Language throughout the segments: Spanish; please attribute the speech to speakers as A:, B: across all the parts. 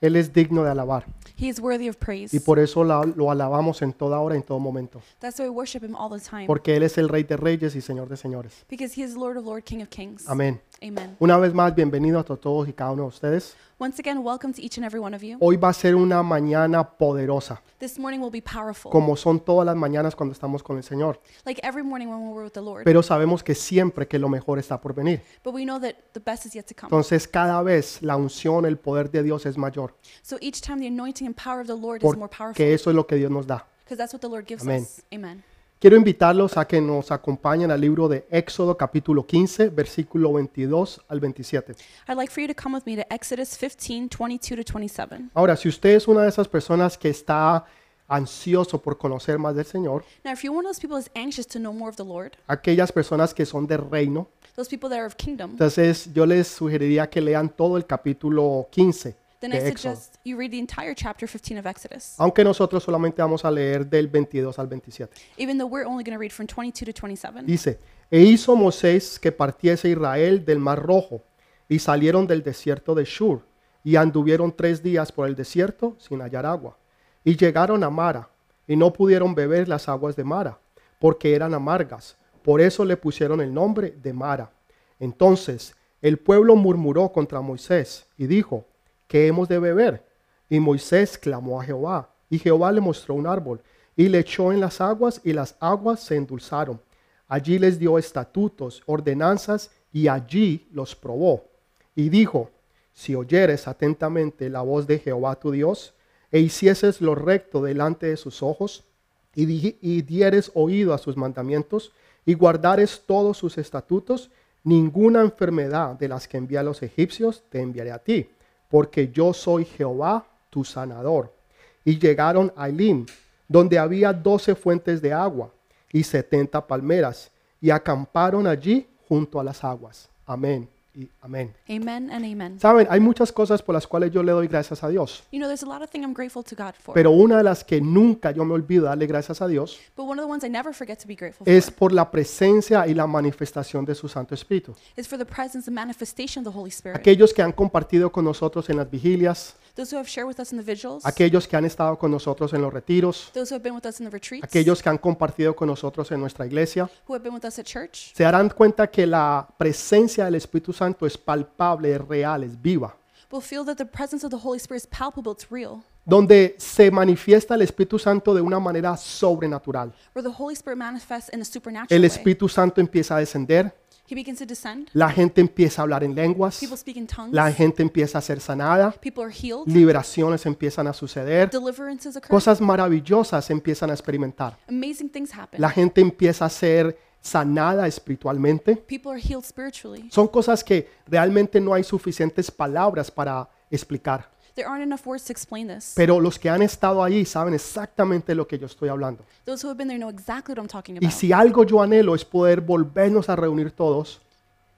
A: Él es digno de alabar
B: He is worthy of praise.
A: y por eso la- lo alabamos en toda hora, en todo momento,
B: That's why we worship him all the time.
A: porque Él es el Rey de Reyes y Señor de Señores.
B: Because he is Lord of Lord, King of Kings.
A: Amén.
B: Amen.
A: Una vez más, bienvenidos a todos y cada uno de ustedes.
B: Once again, welcome to each and every one of you.
A: Hoy va a ser una mañana poderosa,
B: This morning will be powerful,
A: como son todas las mañanas cuando estamos con el Señor,
B: like every morning when we're with the Lord.
A: pero sabemos que siempre que lo mejor está por venir.
B: But we know that the best is yet to come.
A: Entonces cada vez la unción, el poder de Dios es mayor,
B: So each time the anointing and power of the Lord is more powerful,
A: porque eso es lo que Dios nos da.
B: because that's what the Lord gives
A: Amén.
B: us. Amen.
A: Quiero invitarlos a que nos acompañen al libro de Éxodo capítulo 15, versículo 22 al 27.
B: I'd like for you to come with me to Exodus 15, 22 to 27.
A: Ahora, si usted es una de esas personas que está ansioso por conocer más del Señor,
B: Now, if you're one of those people that's anxious to know more of the Lord,
A: aquellas personas que son de reino,
B: those people that are of kingdom,
A: entonces yo les sugeriría que lean todo el capítulo 15
B: then I
A: de Éxodo.
B: suggest you read the entire chapter 15 of Exodus,
A: Aunque nosotros solamente vamos a leer del 22 al 27.
B: even though we're only going to read from 22 to 27.
A: Dice, e hizo Moisés que partiese Israel del mar rojo, y salieron del desierto de Shur, y anduvieron tres días por el desierto sin hallar agua, y llegaron a Mara, y no pudieron beber las aguas de Mara, porque eran amargas, por eso le pusieron el nombre de Mara. Entonces el pueblo murmuró contra Moisés, y dijo, ¿qué hemos de beber? Y Moisés clamó a Jehová, y Jehová le mostró un árbol, y le echó en las aguas, y las aguas se endulzaron. Allí les dio estatutos, ordenanzas, y allí los probó. Y dijo, si oyeres atentamente la voz de Jehová tu Dios, e hicieses lo recto delante de sus ojos, y, di- y dieres oído a sus mandamientos, y guardares todos sus estatutos, ninguna enfermedad de las que envía a los egipcios te enviaré a ti, porque yo soy Jehová tu sanador. Y llegaron a Elim, donde había doce fuentes de agua y setenta palmeras, y acamparon allí junto a las aguas. Amén y amén.
B: Amen and amen.
A: Saben, hay muchas cosas por las cuales yo le doy gracias a Dios,
B: You know, there's a lot of things I'm grateful to God for,
A: pero una de las que nunca yo me olvido darle gracias a Dios
B: but one of the ones I never forget to be grateful for
A: es por la presencia y la manifestación de su Santo Espíritu.
B: is for the presence and manifestation of the Holy Spirit.
A: Aquellos que han compartido con nosotros en las vigilias,
B: Those who have shared with us in the vigils,
A: aquellos que han estado con nosotros en los retiros,
B: those who have been with us in the retreats,
A: aquellos que han compartido con nosotros en nuestra iglesia,
B: who have been with us at church,
A: se darán cuenta que la presencia del Espíritu Santo es palpable, es real, es viva.
B: will feel that the presence of the Holy Spirit is palpable, it's real,
A: Donde se manifiesta el Espíritu Santo de una manera sobrenatural.
B: where the Holy Spirit manifests in a supernatural
A: El
B: way.
A: Espíritu Santo empieza a descender,
B: He begins to descend.
A: la gente empieza a hablar en lenguas,
B: People speak in tongues.
A: la gente empieza a ser sanada,
B: People are healed.
A: liberaciones empiezan a suceder,
B: Deliverances occur.
A: cosas maravillosas empiezan a experimentar.
B: Amazing things happen.
A: La gente empieza a ser sanada espiritualmente.
B: People are healed spiritually.
A: Son cosas que realmente no hay suficientes palabras para explicar.
B: There aren't enough words to explain this.
A: Pero los que han estado ahí saben exactamente lo que yo estoy hablando.
B: Those who have been there know exactly what I'm talking
A: Y
B: about.
A: si algo yo anhelo es poder volvernos a reunir todos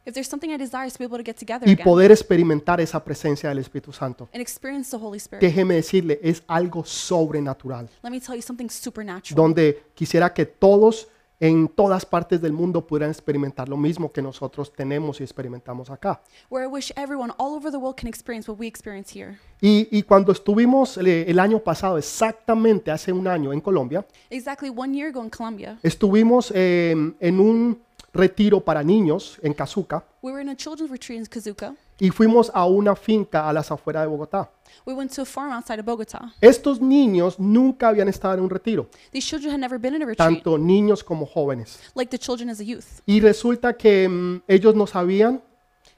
B: If there's something I desire, it's to be able to get together
A: y
B: again
A: poder experimentar esa presencia del Espíritu Santo.
B: and experience the Holy Spirit.
A: Déjeme decirle, es algo sobrenatural,
B: Let me tell you something supernatural.
A: donde quisiera que todos en todas partes del mundo pudieran experimentar lo mismo que nosotros tenemos y experimentamos acá.
B: where I wish everyone all over the world can experience what we experience here.
A: Y, y cuando estuvimos eh, el año pasado, exactamente hace un año en Colombia,
B: Exactly one year ago in Colombia,
A: estuvimos eh, en un retiro para niños en Cazuca
B: we were in a children's retreat in Kazuka.
A: y fuimos a una finca a las afueras de Bogotá.
B: We went to a farm outside of Bogota.
A: Estos niños nunca habían estado en un retiro,
B: These children had never been in a retreat,
A: tanto niños como jóvenes.
B: like the children as a youth.
A: Y resulta que mm, ellos no sabían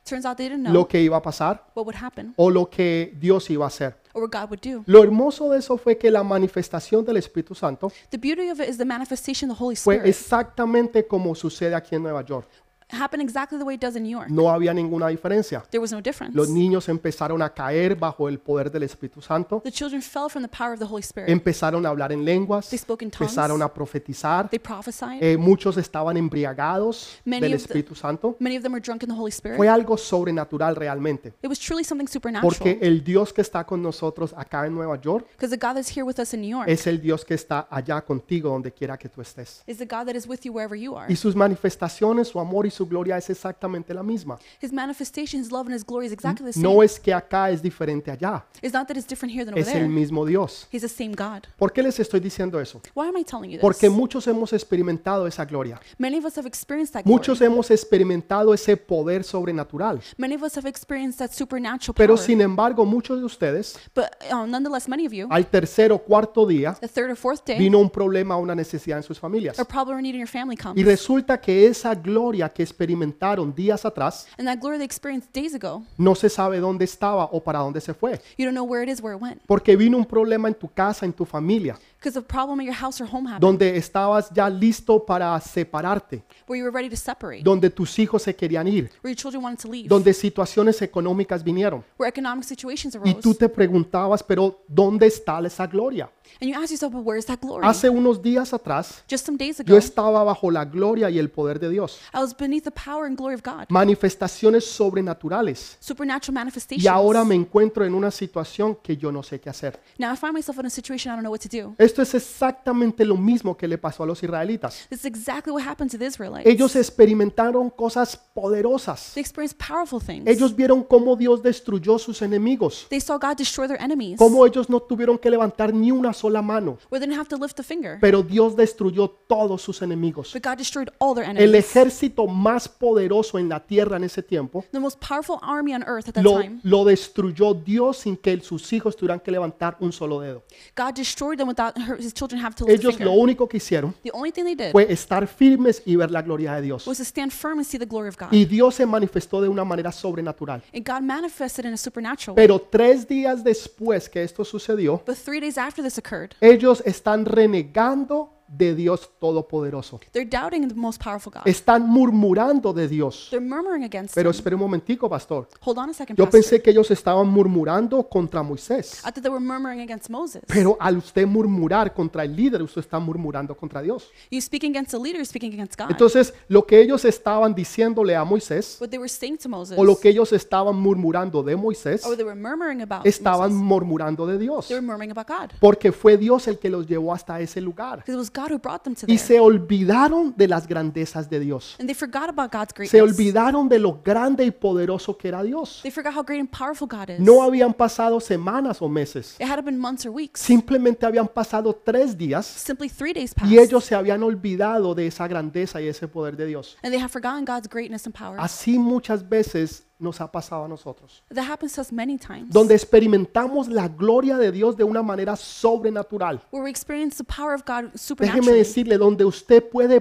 B: Turns out they didn't know
A: lo que iba a pasar
B: what would happen
A: o lo que Dios iba a hacer.
B: or what God would do.
A: Lo hermoso de eso fue que la manifestación del Espíritu Santo
B: The beauty of it is the manifestation of the Holy
A: fue
B: Spirit
A: exactamente como sucede aquí en Nueva York.
B: happened exactly the way it does in New York.
A: No había ninguna diferencia.
B: There was no difference.
A: Los niños empezaron a caer bajo el poder del Espíritu Santo,
B: The children fell from the power of the Holy Spirit.
A: empezaron a hablar en lenguas,
B: They spoke in tongues.
A: empezaron a profetizar,
B: They prophesied.
A: eh, muchos estaban embriagados
B: Many
A: del
B: of the-
A: Espíritu Santo.
B: Many of them were drunk in the Holy
A: Fue
B: Spirit.
A: algo sobrenatural realmente,
B: It was truly something supernatural
A: porque el Dios que está con nosotros acá en Nueva York
B: because the God that's here with us in New York
A: es el Dios que está allá contigo donde quiera que tú estés.
B: is the God that is with you wherever you are.
A: Y sus manifestaciones, su amor y su gloria es exactamente la misma.
B: His manifestation, his love, and his glory is exactly the same.
A: No es que acá es diferente allá,
B: It's not that it's different here than over
A: es el
B: there.
A: mismo Dios.
B: He's the same God.
A: ¿Por qué les estoy diciendo eso?
B: Why am I telling you this?
A: Porque muchos hemos experimentado esa gloria.
B: Many of us have experienced that glory.
A: Muchos hemos experimentado ese poder sobrenatural.
B: Many of us have experienced that supernatural
A: Pero
B: power.
A: sin embargo, muchos de ustedes,
B: but uh, nonetheless, many of you,
A: al tercer o cuarto día,
B: the third or fourth day,
A: vino un problema o una necesidad en sus familias.
B: a problem or need in your family comes.
A: Y resulta que esa gloria que experimentaron días atrás,
B: and that glory they experienced days ago,
A: no se sabe dónde estaba o para dónde se fue.
B: you don't know where it is, where it went.
A: Porque vino un problema en tu casa, en tu familia,
B: Because a problem at your house or home happened,
A: donde estabas ya listo para separarte,
B: where you were ready to separate,
A: donde tus hijos se querían ir,
B: where your children wanted to leave,
A: donde situaciones económicas vinieron.
B: where economic situations
A: Y
B: arose.
A: tú te preguntabas, pero ¿dónde está esa gloria?
B: and you ask yourself, but where is that glory?
A: Hace unos días atrás,
B: Just some days
A: yo
B: ago,
A: estaba bajo la gloria y el poder de Dios.
B: I was beneath the power and glory of God,
A: Manifestaciones sobrenaturales.
B: supernatural manifestations.
A: Y ahora me encuentro en una situación que yo no sé qué hacer.
B: now I find myself in a situation I don't know what to do.
A: Esto es exactamente lo mismo que le pasó a los israelitas.
B: This is exactly what happened to the Israelites.
A: Ellos experimentaron cosas poderosas.
B: they experienced powerful things.
A: Ellos vieron cómo Dios destruyó sus enemigos,
B: they saw God destroy their enemies,
A: cómo ellos no tuvieron que levantar ni una sola mano,
B: where they didn't have to lift a finger.
A: pero Dios destruyó todos sus enemigos.
B: but God destroyed all their
A: El
B: enemies.
A: ejército más poderoso en la tierra en ese tiempo
B: the most powerful army on earth at that
A: lo,
B: time.
A: lo destruyó Dios sin que el- sus hijos tuvieran que levantar un solo dedo.
B: God destroyed them without her, his children have to lift a
A: Ellos
B: finger.
A: lo único que hicieron
B: the only thing they did
A: fue estar firmes y ver la gloria de Dios.
B: was to stand firm and see the glory of God.
A: Y Dios se manifestó de una manera sobrenatural.
B: and God manifested in a supernatural way.
A: Pero tres días después que esto sucedió,
B: But three days after this occurred,
A: ellos están renegando de Dios Todopoderoso.
B: they're doubting the most powerful God.
A: Están murmurando de Dios.
B: they're murmuring against
A: Pero
B: him.
A: espere un momentico, pastor.
B: Hold on a second,
A: Yo
B: Pastor.
A: pensé que ellos estaban murmurando contra Moisés.
B: I thought they were murmuring against Moses.
A: Pero al usted murmurar contra el líder, usted está murmurando contra Dios.
B: you speaking against the leader, you're speaking against God.
A: Entonces, lo que ellos estaban diciéndole a Moisés,
B: what they were saying to Moses,
A: o lo que ellos estaban murmurando de Moisés,
B: or they were murmuring about
A: estaban
B: Moses,
A: murmurando de Dios.
B: they were murmuring about God.
A: Porque fue Dios el que los llevó hasta ese lugar.
B: Because it was God who brought them to
A: Y
B: there.
A: se olvidaron de las grandezas de Dios.
B: and they forgot about God's
A: Se
B: greatness.
A: olvidaron de lo grande y poderoso que era Dios.
B: They forgot how great and powerful God is.
A: No habían pasado semanas o meses.
B: it had been months or weeks.
A: Simplemente habían pasado tres días
B: Simply three days passed.
A: y ellos se habían olvidado de esa grandeza y ese poder de Dios.
B: and they have forgotten God's greatness and power.
A: Así muchas veces nos ha pasado a nosotros.
B: that happens to us many times.
A: Donde experimentamos la gloria de Dios de una manera sobrenatural.
B: where we experience the power of God
A: Déjeme
B: supernaturally.
A: decirle, donde usted puede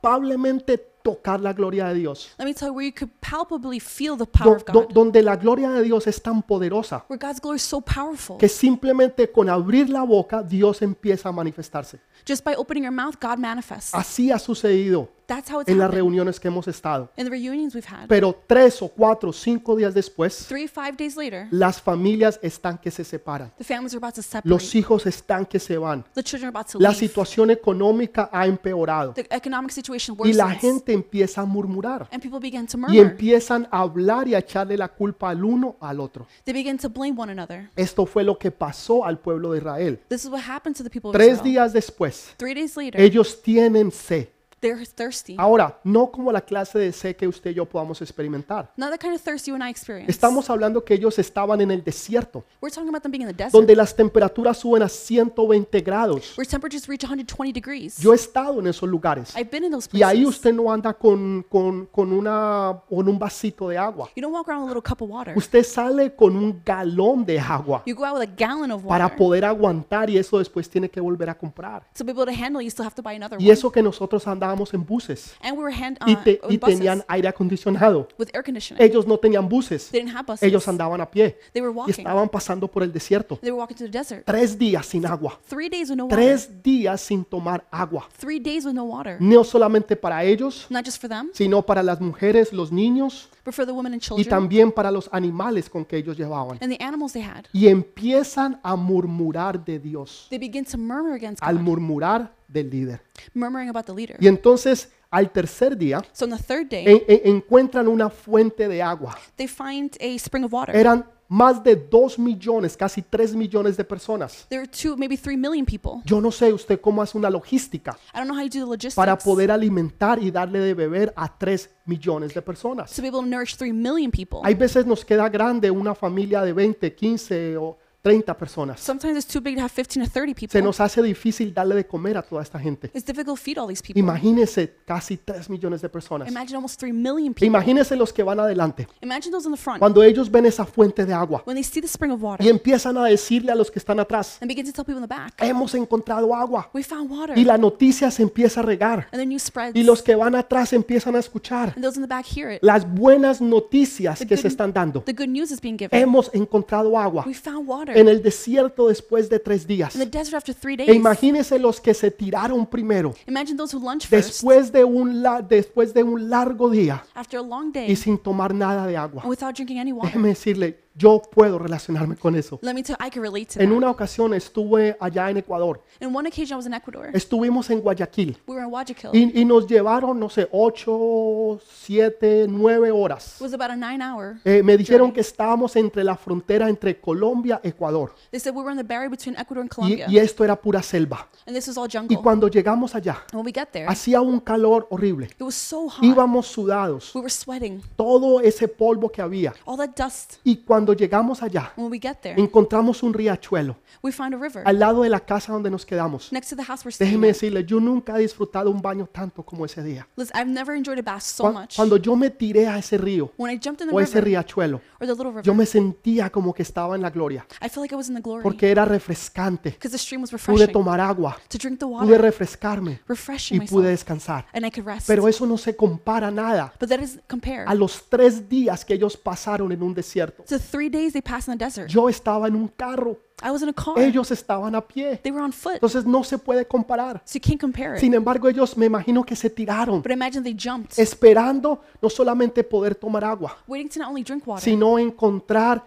A: palpablemente tocar la gloria de Dios.
B: Let me tell you where you could palpably feel the
A: Do-
B: power of
A: do-
B: God.
A: donde la gloria de Dios es tan poderosa
B: where God's glory is so powerful.
A: que simplemente con abrir la boca Dios empieza a manifestarse.
B: Just by opening your mouth, God manifests.
A: Así ha sucedido
B: That's how it's
A: Ah, en las
B: happened.
A: reuniones que hemos estado.
B: in the reunions we've had.
A: Pero tres o cuatro, cinco días después,
B: Three, five days later,
A: las familias están que se separan.
B: the families are about to separate.
A: Los hijos están que se van.
B: the children are about to
A: La
B: leave.
A: situación económica ha empeorado.
B: the economic situation
A: Y la
B: worsens.
A: gente empieza a murmurar.
B: and people begin to
A: Y
B: murmur.
A: empiezan a hablar y a echarle la culpa al uno al otro.
B: They begin to blame one another.
A: Esto fue lo que pasó al pueblo de Israel.
B: This is what happened to the people of
A: Tres
B: Israel.
A: días después,
B: Three days later,
A: ellos Ah, tienen sed.
B: they're thirsty.
A: Ahora, no como la clase de sed que usted y yo podamos experimentar.
B: Not that kind of thirst you and I experience.
A: Estamos hablando que ellos estaban en el desierto,
B: We're talking about them being in the desert,
A: donde las temperaturas suben a 120 grados.
B: where temperatures reach 120 degrees.
A: Yo he estado en esos lugares.
B: I've been in those
A: Y
B: places.
A: ahí usted no anda con, con, con una, con un vasito de agua.
B: You don't walk around with a little cup of water.
A: Usted sale con un galón de agua
B: You go out with a gallon of water.
A: para poder aguantar y eso después tiene que volver a comprar.
B: to be able to handle, it, you still have to buy another
A: Y
B: one.
A: eso que nosotros andábamos en buses
B: And we were hand
A: y,
B: uh,
A: te-
B: on
A: y
B: buses
A: tenían aire acondicionado.
B: with air conditioning.
A: Ellos no tenían buses,
B: they didn't have buses.
A: ellos andaban a pie
B: they were
A: y
B: walking.
A: estaban pasando por el desierto.
B: They were walking to the desert.
A: Tres días sin agua,
B: Three days with no water.
A: tres días sin tomar agua.
B: Three days with no water.
A: No solamente para ellos,
B: Not just for them,
A: sino para las mujeres, los niños
B: but for the women and
A: y
B: children
A: también para los animales con que ellos llevaban.
B: and the animals they had.
A: Y empiezan a murmurar de Dios,
B: They begin to murmur against
A: al
B: God,
A: murmurar del líder.
B: murmuring about the leader.
A: Y entonces, al tercer día,
B: So on the third day,
A: en- en- encuentran una fuente de agua.
B: they find a spring of water.
A: Eran más de 2 millones, casi 3 millones de personas.
B: There are two, maybe three million people.
A: Yo no sé usted cómo hace una logística
B: I don't know how you do the logistics
A: para poder alimentar y darle de beber a 3 millones de personas.
B: to be able to nourish three million people.
A: Hay veces nos queda grande una familia de 20, 15 o 30 personas.
B: Sometimes it's too big to have 15 to 30 people.
A: Se nos hace difícil darle de comer a toda esta gente.
B: It's difficult to feed all these people.
A: Imagínese casi 3 millones de personas.
B: Imagine almost 3 million people.
A: Imagínese los que van adelante.
B: Imagine those in the front.
A: Cuando ellos ven esa fuente de agua
B: When they see the spring of water
A: y empiezan a decirle a los que están atrás,
B: and begin to tell people in the back,
A: hemos encontrado agua.
B: we found water.
A: Y la noticia se empieza a regar.
B: And the news spreads.
A: Y los que van atrás empiezan a escuchar
B: And those in the back hear it.
A: las buenas noticias que se están dando.
B: The good news is being given.
A: Hemos encontrado agua
B: We found water
A: en el desierto después de tres días.
B: in the desert after three
A: E
B: days.
A: imagínense los que se tiraron primero,
B: Imagine those who lunch first
A: después de un, la- después de un largo día
B: after a long day
A: y sin tomar nada de agua.
B: and without drinking any water.
A: Déjeme decirle, yo puedo relacionarme con eso.
B: Let me tell you, I can relate to
A: En
B: that.
A: una ocasión estuve allá en Ecuador.
B: In one occasion, I was in Ecuador.
A: Estuvimos en Guayaquil
B: We were in Guayaquil. It
A: y, y nos llevaron, no sé, 8, 7, 9 horas.
B: was about a nine hour.
A: Eh, me dijeron que estábamos entre la frontera entre Colombia, Ecuador.
B: They said we were in the barrier between Ecuador and
A: Y,
B: Colombia. Oh.
A: y esto era pura selva.
B: And this was all
A: Y
B: jungle.
A: cuando llegamos allá,
B: And when we got there,
A: hacía un calor horrible.
B: it was so hot.
A: Íbamos sudados,
B: We were sweating.
A: todo ese polvo que había.
B: All that dust.
A: Y cuando llegamos allá,
B: When we get
A: Mm.
B: there,
A: encontramos un riachuelo
B: we found a river
A: al lado de la casa donde nos quedamos.
B: next to the house we're staying
A: Déjeme
B: at.
A: decirle, yo nunca he disfrutado un baño tanto como ese día.
B: Liz, I've never enjoyed a bath so
A: Cuan-
B: much.
A: Cuando yo me tiré a ese río
B: When I jumped in the
A: o ese
B: river
A: riachuelo,
B: or the little river,
A: yo me sentía como que estaba en la gloria,
B: I felt like I was in the glory
A: porque era refrescante.
B: because the stream was
A: Pude
B: refreshing.
A: tomar agua,
B: To drink the
A: pude
B: water,
A: refrescarme
B: refreshing
A: y pude
B: myself,
A: descansar.
B: and I could rest.
A: Pero eso no se compara nada
B: But that doesn't compare
A: a los tres días que ellos pasaron en un desierto.
B: to three days they passed in the desert.
A: Yo estaba en un carro,
B: I was in a car.
A: ellos estaban a pie.
B: They were on foot.
A: Entonces no se puede comparar.
B: So you can't compare it.
A: Sin embargo, ellos me imagino que se tiraron
B: But imagine they jumped,
A: esperando no solamente poder tomar agua,
B: waiting to not only drink water,
A: sino encontrar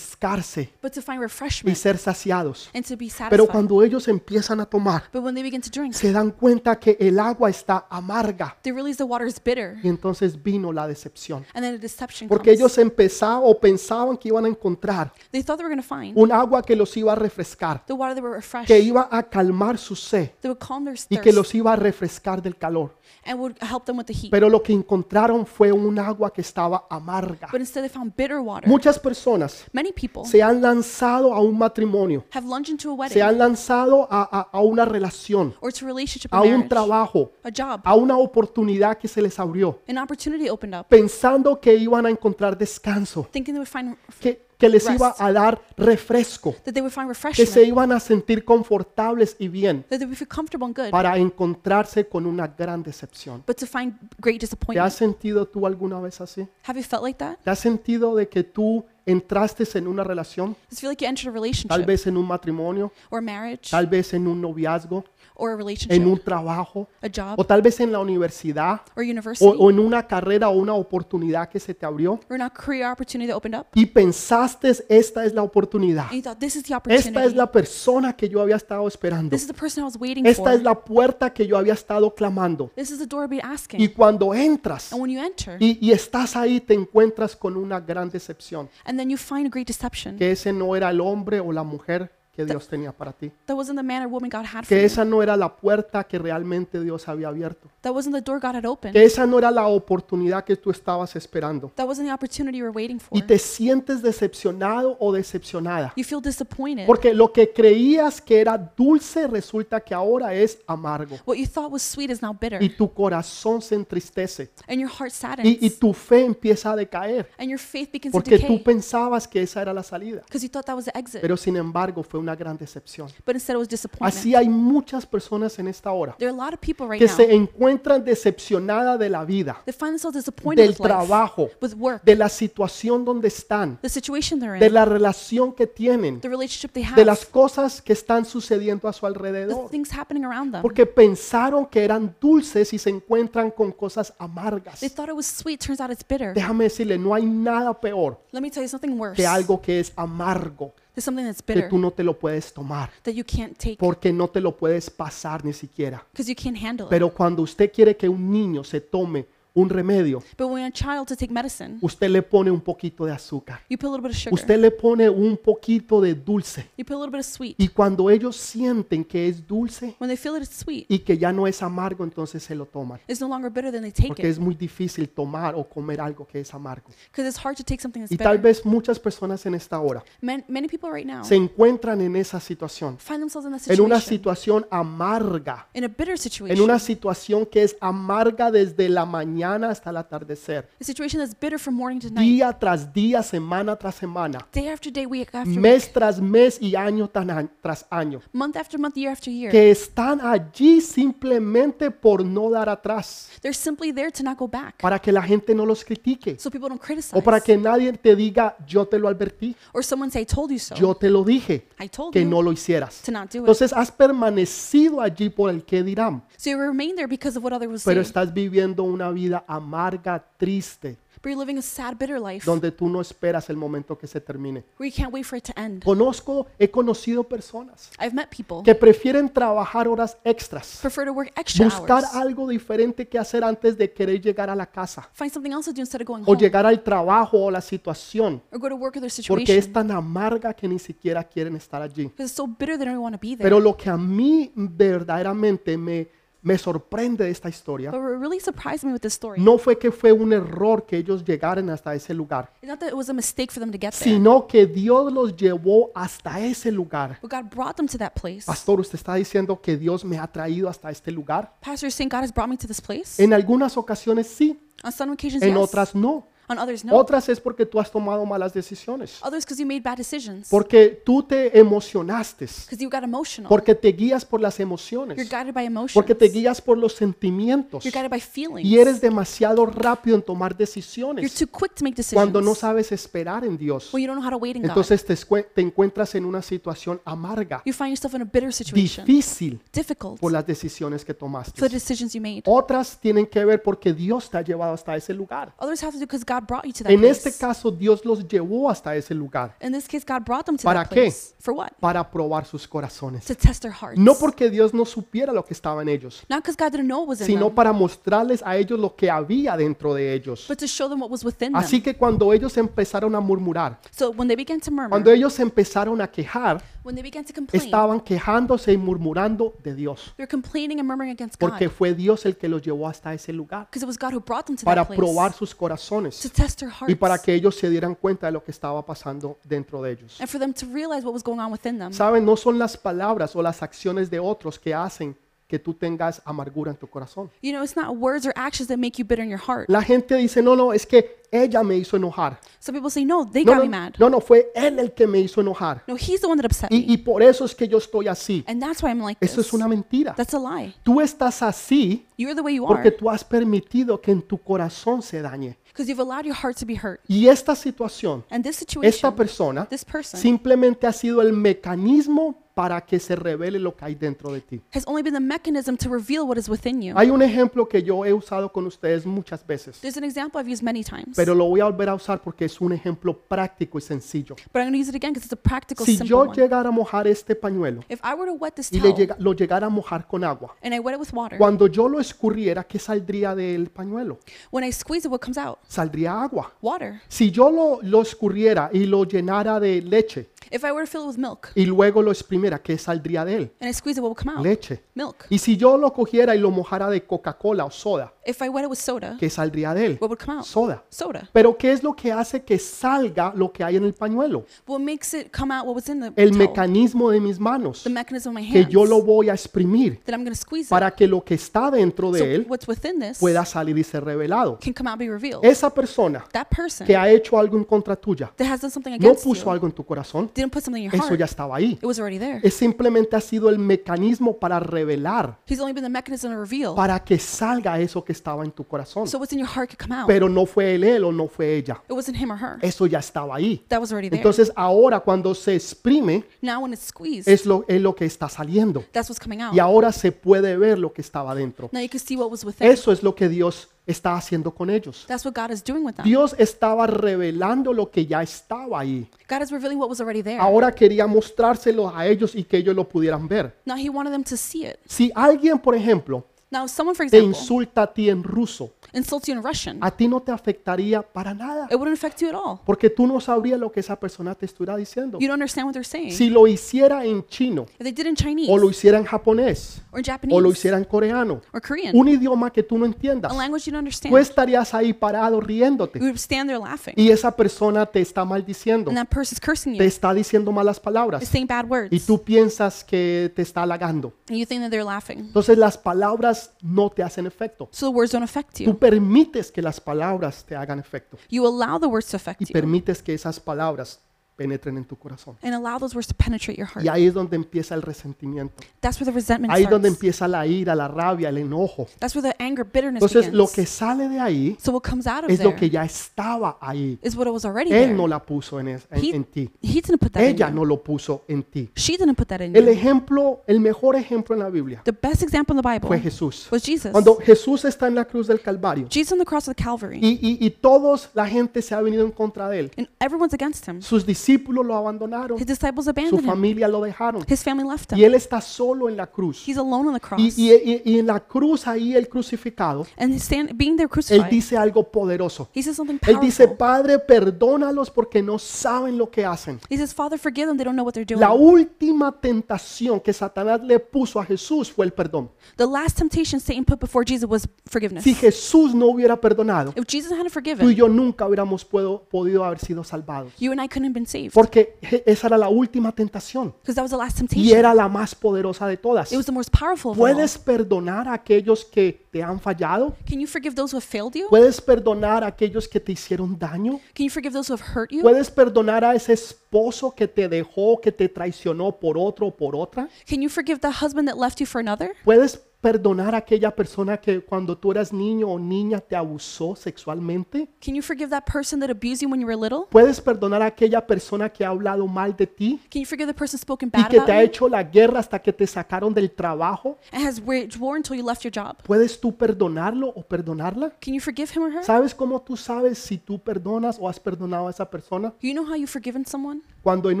A: refrescarse
B: but to find
A: y
B: refreshment
A: ser saciados.
B: and to be
A: Pero
B: satisfied.
A: cuando ellos empiezan a tomar,
B: But when they begin to drink,
A: se dan cuenta que el agua está amarga
B: they realize the water is bitter,
A: y entonces vino la decepción.
B: and then a deception
A: Porque
B: comes.
A: ellos empezaban o pensaban que iban a encontrar
B: They thought they were going to find
A: un agua que los iba a refrescar,
B: the water that were refreshed,
A: que
B: that
A: iba a calmar su sed
B: would calm their
A: y que
B: thirst,
A: los iba a refrescar del calor.
B: and would help them with the heat.
A: Pero lo que encontraron fue un agua que estaba amarga.
B: But instead, they found bitter water.
A: Muchas personas
B: Many people
A: se han lanzado a un matrimonio,
B: have lunged into a
A: se
B: wedding
A: han lanzado a, a- a una relación,
B: or to a relationship,
A: a
B: a
A: un
B: marriage,
A: trabajo,
B: a job,
A: a una oportunidad que se les abrió,
B: an opportunity opened up,
A: pensando que iban a encontrar descanso,
B: thinking they would find
A: que, que les iba a dar refresco,
B: that they would find
A: que se
B: refreshment,
A: iban a sentir confortables y bien
B: that they would feel comfortable and good,
A: para encontrarse con una gran decepción.
B: but to find great
A: ¿Te has
B: disappointment.
A: sentido tú alguna vez así?
B: Have you felt like that?
A: ¿Te has sentido de que tú entraste en una relación,
B: Does it feel like you entered a
A: tal
B: relationship
A: vez en un matrimonio,
B: or marriage
A: tal vez en un noviazgo,
B: or a
A: en un
B: relationship,
A: trabajo,
B: a
A: o
B: job
A: tal vez en la universidad,
B: or
A: o,
B: university
A: o en una carrera o una oportunidad que se te abrió
B: or an career opportunity that opened up?
A: y pensaste esta es la oportunidad,
B: And you thought, this is the
A: esta es
B: opportunity.
A: la persona que yo había estado esperando,
B: This is the person I was waiting
A: esta es
B: for.
A: la puerta que yo había estado clamando.
B: This is the door I've been asking.
A: Y cuando entras
B: And when you enter,
A: y, y estás ahí te encuentras con una gran decepción,
B: and then you find a great deception
A: que ese no era el hombre o la mujer que Dios tenía para ti,
B: that wasn't the man or woman God had for
A: que
B: you.
A: esa no era la puerta que realmente Dios había abierto,
B: That wasn't the door God had opened.
A: que esa no era la oportunidad que tú estabas esperando.
B: That wasn't the opportunity you were waiting for.
A: y te sientes decepcionado o decepcionada.
B: You feel disappointed.
A: Porque lo que creías que era dulce resulta que ahora es amargo.
B: What you thought was sweet is now bitter.
A: Y tu corazón se entristece.
B: And your heart
A: Y, y
B: saddens.
A: tu fe empieza a decaer.
B: And your faith begins to
A: Porque tú
B: decay.
A: pensabas que esa era la salida.
B: Because you thought that was the exit.
A: Pero sin embargo fue una gran decepción.
B: But instead it was disappointment.
A: Así hay muchas personas en esta hora
B: There are a lot of people right
A: que
B: now
A: se encuentran decepcionadas de la vida,
B: that find themselves disappointed
A: del
B: with life,
A: trabajo,
B: with work,
A: de la situación donde están,
B: the situation they're
A: de
B: in,
A: la relación que tienen,
B: the relationship they
A: de las
B: have,
A: cosas que están sucediendo a su
B: the
A: alrededor.
B: things happening around them.
A: Porque pensaron que eran dulces y se encuentran con cosas amargas.
B: They thought it was sweet. Turns out it's bitter.
A: Déjame decirle, no hay nada peor
B: Let me tell you something worse.
A: que
B: There's
A: algo que es amargo,
B: something that's
A: que
B: bitter
A: tú no te lo puedes tomar,
B: that you can't take
A: porque no te lo puedes pasar ni siquiera.
B: because you can't handle it.
A: Pero cuando usted quiere que un niño se tome un remedio,
B: But when a child to take medicine,
A: usted le pone un poquito de azúcar,
B: you put a little bit of sugar.
A: usted le pone un poquito de dulce.
B: You put a little bit of sweet.
A: Y cuando ellos sienten que es dulce
B: When they feel that it's sweet,
A: y que ya no es amargo, entonces se lo toman.
B: it's no longer bitter, then they take
A: Porque
B: it.
A: es muy difícil tomar o comer algo que es amargo.
B: Because it's hard to take something that's
A: Y tal
B: bitter.
A: vez muchas personas en esta hora
B: Man, many people right now
A: se encuentran en esa situación,
B: find themselves in that
A: en una
B: situation.
A: situación amarga,
B: In a bitter
A: en
B: situation.
A: una situación que es amarga desde la mañana hasta el atardecer,
B: A situation that's bitter from morning to night.
A: día tras día, semana tras semana,
B: Day after day, week after week.
A: mes tras mes y año tan a- tras año,
B: Month after month, year after year.
A: que están allí simplemente por no dar atrás,
B: They're simply there to not go back.
A: para que la gente no los critique
B: So people don't
A: o para
B: criticize.
A: que nadie te diga, yo te lo advertí,
B: Or someone say, I told you so.
A: yo te lo dije,
B: Oh. I told
A: que no
B: you
A: lo hicieras.
B: to not do it.
A: Entonces has permanecido allí por el que dirán,
B: So you remain there because of what others will say.
A: pero estás viviendo una vida amarga, triste,
B: But you're living a sad, bitter life where
A: donde tú no esperas el momento que se termine.
B: you can't wait for it to end.
A: Conozco, he conocido personas
B: I've met people
A: que prefieren trabajar horas extras,
B: prefer to work extra
A: buscar
B: hours.
A: algo diferente que hacer antes de querer llegar a la casa
B: Find something else to do instead of going
A: o
B: home.
A: llegar al trabajo o la situación,
B: Or go to work or their situation.
A: porque es tan amarga que ni siquiera quieren estar allí.
B: Because it's so bitter they don't even want to be there.
A: Pero lo que a mí verdaderamente me, me sorprende de esta historia
B: but what really surprised me with this story
A: no fue que fue un error que ellos llegaran hasta ese lugar,
B: is not that it was a mistake for them to get there.
A: sino que Dios los llevó hasta ese lugar.
B: but God brought them to that place.
A: Pastor, usted está diciendo que Dios me ha traído hasta este lugar.
B: Pastor, you're saying God has brought me to this place?
A: En algunas ocasiones sí,
B: On some occasions,
A: en
B: yes.
A: otras no.
B: On others, no. Oh,
A: Otras es porque tú has tomado malas decisiones,
B: others, because you made bad decisions.
A: porque tú te emocionaste,
B: Because you got emotional.
A: porque te guías por las
B: you're
A: emociones,
B: guided by emotions.
A: porque te guías por los sentimientos
B: you're guided by feelings.
A: y eres demasiado rápido en tomar
B: you're
A: decisiones
B: too quick to make decisions.
A: cuando no sabes esperar en Dios.
B: when you don't know how to wait in God.
A: Entonces te, escue- te encuentras en una situación amarga,
B: You find yourself in a bitter situation.
A: difícil
B: difficult
A: por Oh.
B: for
A: las decisiones que
B: the
A: tomaste.
B: decisions you made.
A: Otras tienen que ver porque Dios te ha llevado hasta ese lugar.
B: Others have to do because God brought you to that
A: En este
B: place.
A: caso, Dios los llevó hasta ese lugar
B: In this case, God brought them to
A: ¿Para
B: that
A: qué?
B: place. For what?
A: para probar sus corazones.
B: To test their hearts.
A: No porque Dios no supiera lo que estaba en ellos,
B: Not because God didn't know what was in
A: sino
B: them,
A: para mostrarles a ellos lo que había dentro de ellos.
B: but to show them what was within them.
A: Así que cuando ellos empezaron a murmurar,
B: So when they began to murmur,
A: cuando ellos empezaron a quejar,
B: when they began to complain,
A: estaban quejándose y murmurando de Dios,
B: they're complaining and murmuring against God
A: porque fue Dios el que los llevó hasta ese lugar
B: because it was God who brought them to
A: para
B: that place
A: probar sus
B: to
A: corazones
B: test their hearts
A: y para que ellos se dieran cuenta de lo que estaba pasando dentro de ellos.
B: and for them to realize what was going on within them.
A: Saben, no son las palabras o las acciones de otros que hacen que tú tengas amargura en tu corazón.
B: You know, it's not words or actions that make you bitter in your heart.
A: La gente dice, no, no, es que ella me hizo enojar.
B: Some people say, no, they
A: No,
B: got me
A: no,
B: mad.
A: no, no, fue él el que me hizo enojar.
B: No, he's the one that upset me.
A: Y, y por eso es que yo estoy así.
B: And that's why I'm like
A: Eso es
B: this.
A: una mentira.
B: That's a lie.
A: Tú estás así
B: You're the way you are
A: porque tú has permitido que en tu corazón se dañe.
B: because you've allowed your heart to be hurt.
A: Y esta situación,
B: And
A: esta
B: this situation,
A: persona,
B: this person,
A: simplemente ha sido el mecanismo para que se revele lo que hay dentro de ti.
B: has only been the mechanism to reveal what is within you.
A: Hay un ejemplo que yo he usado con ustedes muchas veces,
B: There's an example I've used many times,
A: pero lo voy a volver a usar porque es un ejemplo práctico y sencillo.
B: but I'm going to use it again because it's a practical,
A: Si
B: simple
A: yo
B: one.
A: llegara a mojar este pañuelo
B: If I were to wet this
A: y le
B: towel
A: llega- lo llegara a mojar con agua,
B: and I wet it with water,
A: cuando yo lo escurriera, ¿qué saldría del pañuelo?
B: when I squeeze it, what comes out?
A: Saldría agua.
B: Water.
A: Si yo lo, lo escurriera y lo llenara de leche
B: If I were to fill it with milk
A: y luego lo exprimiera, ¿qué saldría de él?
B: and I squeeze it, what would come out?
A: Leche.
B: Milk.
A: Y si yo lo cogiera y lo mojara de Coca-Cola o soda,
B: If I wet it with soda,
A: ¿qué saldría de él?
B: what would come out?
A: Soda.
B: Soda.
A: Pero ¿qué es lo que hace que salga lo que hay en el pañuelo?
B: What makes it come out? What was in the
A: El
B: towel?
A: mecanismo de mis manos,
B: The mechanism of my
A: que
B: hands.
A: yo lo voy a exprimir
B: That I'm going to squeeze it.
A: para que lo que está dentro
B: So
A: de él
B: what's within this
A: pueda salir y ser revelado.
B: can come out and be revealed.
A: Esa persona
B: That person
A: que ha hecho algo en contra tuya,
B: that has done something
A: no
B: against
A: puso
B: you
A: algo en tu corazón,
B: didn't put something in your
A: eso
B: heart.
A: ya estaba ahí.
B: It was already there.
A: Es simplemente ha sido el mecanismo para revelar,
B: He's only been the mechanism to reveal.
A: para que salga eso que estaba en tu corazón.
B: So what's in your heart could come out.
A: Pero no fue él, él o no fue ella.
B: It wasn't him or her.
A: Eso ya estaba ahí.
B: That was already there.
A: Entonces ahora cuando se exprime
B: Now when it's squeezed,
A: es lo, es lo que está saliendo.
B: that's what's coming out.
A: Y ahora se puede ver lo que estaba dentro.
B: Now you can see what was within.
A: Eso es lo que Dios está haciendo con ellos.
B: That's what God is doing with them.
A: Dios estaba revelando lo que ya estaba ahí.
B: God is revealing what was already there.
A: Ahora quería mostrárselo a ellos y que ellos lo pudieran ver.
B: Now he wanted them to see it.
A: Si alguien, por ejemplo,
B: Now, if someone, for
A: te
B: example,
A: insulta a ti en ruso,
B: insults you in Russian,
A: a ti no te afectaría para nada,
B: it wouldn't affect you at all.
A: porque tú no sabrías lo que esa persona te estuviera diciendo.
B: You don't understand what they're saying.
A: Si lo hiciera en chino,
B: if they did in Chinese
A: o lo hiciera en japonés,
B: or in Japanese
A: o lo hiciera en coreano,
B: or Korean,
A: un idioma que tú no entiendas,
B: a language you don't understand,
A: tú estarías ahí parado
B: you
A: riéndote
B: would stand there laughing.
A: y esa persona te está maldiciendo,
B: and that person's cursing you,
A: te está diciendo malas
B: is
A: palabras
B: saying bad words.
A: y tú piensas que te está halagando.
B: and you think that they're laughing.
A: Entonces las palabras no te hacen efecto.
B: So the words don't affect you.
A: Tú permites que las palabras te hagan efecto
B: you allow the words to affect
A: y
B: you
A: permites que esas palabras penetren en tu corazón.
B: and allow those words to penetrate your heart.
A: Y ahí es donde empieza el resentimiento.
B: That's where the resentment
A: Ahí es
B: starts.
A: donde empieza la ira, la rabia, el enojo.
B: That's where the anger, bitterness
A: Entonces
B: begins.
A: lo que sale de ahí
B: so what comes out of
A: es
B: there
A: lo que ya estaba ahí.
B: is what was already
A: Él
B: there.
A: no la puso en, es- en-
B: he,
A: en ti.
B: he didn't put that in
A: Ella
B: you.
A: no lo puso en ti.
B: She didn't put that in
A: El
B: you.
A: ejemplo, el mejor ejemplo en la Biblia
B: The best example in the Bible
A: fue Jesús.
B: was Jesus.
A: Cuando Jesús está en la cruz del Calvario
B: Jesus on the cross of the Calvary.
A: y, y, y todos la gente se ha venido en contra de él.
B: and everyone's against him.
A: Sus discípulos lo abandonaron,
B: His disciples
A: su
B: abandoned him.
A: familia lo dejaron
B: His family left
A: y
B: him.
A: él está solo en la cruz.
B: He's alone on the cross.
A: Y, y- y- y en la cruz ahí el crucificado,
B: and he's stand, being there
A: él
B: crucified,
A: dice algo poderoso.
B: he says something
A: Él
B: powerful.
A: dice, Padre, perdónalos porque no saben lo que hacen.
B: he says, Father, forgive them. They don't know what they're doing.
A: La última tentación que Satanás le puso a Jesús fue el perdón.
B: the last temptation Satan put before Jesus was forgiveness.
A: Si Jesús no hubiera perdonado,
B: if Jesus hadn't forgiven,
A: tú y yo nunca hubiéramos puedo- podido haber sido salvados.
B: you and I couldn't have been saved.
A: Porque je- esa era la última tentación
B: Because that was the last
A: y
B: temptation.
A: era la más poderosa de todas.
B: It was the most powerful of them all.
A: ¿Puedes perdonar a aquellos que te han fallado?
B: Can you forgive those who have failed you?
A: ¿Puedes perdonar a aquellos que te hicieron daño?
B: Can you forgive those who have hurt you?
A: ¿Puedes perdonar a ese esposo que te dejó, que te traicionó por otro o por otra?
B: Can you forgive the husband that left you for another?
A: ¿Puedes perdonar a aquella persona que cuando tú eras niño o niña te abusó sexualmente?
B: Can you forgive that person that abused you when you were little?
A: ¿Puedes perdonar a aquella persona que ha hablado mal de ti
B: Can you forgive the person spoken
A: y
B: bad
A: que te ha
B: about you
A: hecho la guerra hasta que te sacaron del trabajo?
B: and has waged war until you left your job?
A: ¿Puedes tú perdonarlo o perdonarla?
B: Can you forgive him or her?
A: ¿Sabes cómo tú sabes si tú perdonas o has perdonado a esa persona?
B: You know how you've forgiven someone?
A: Cuando en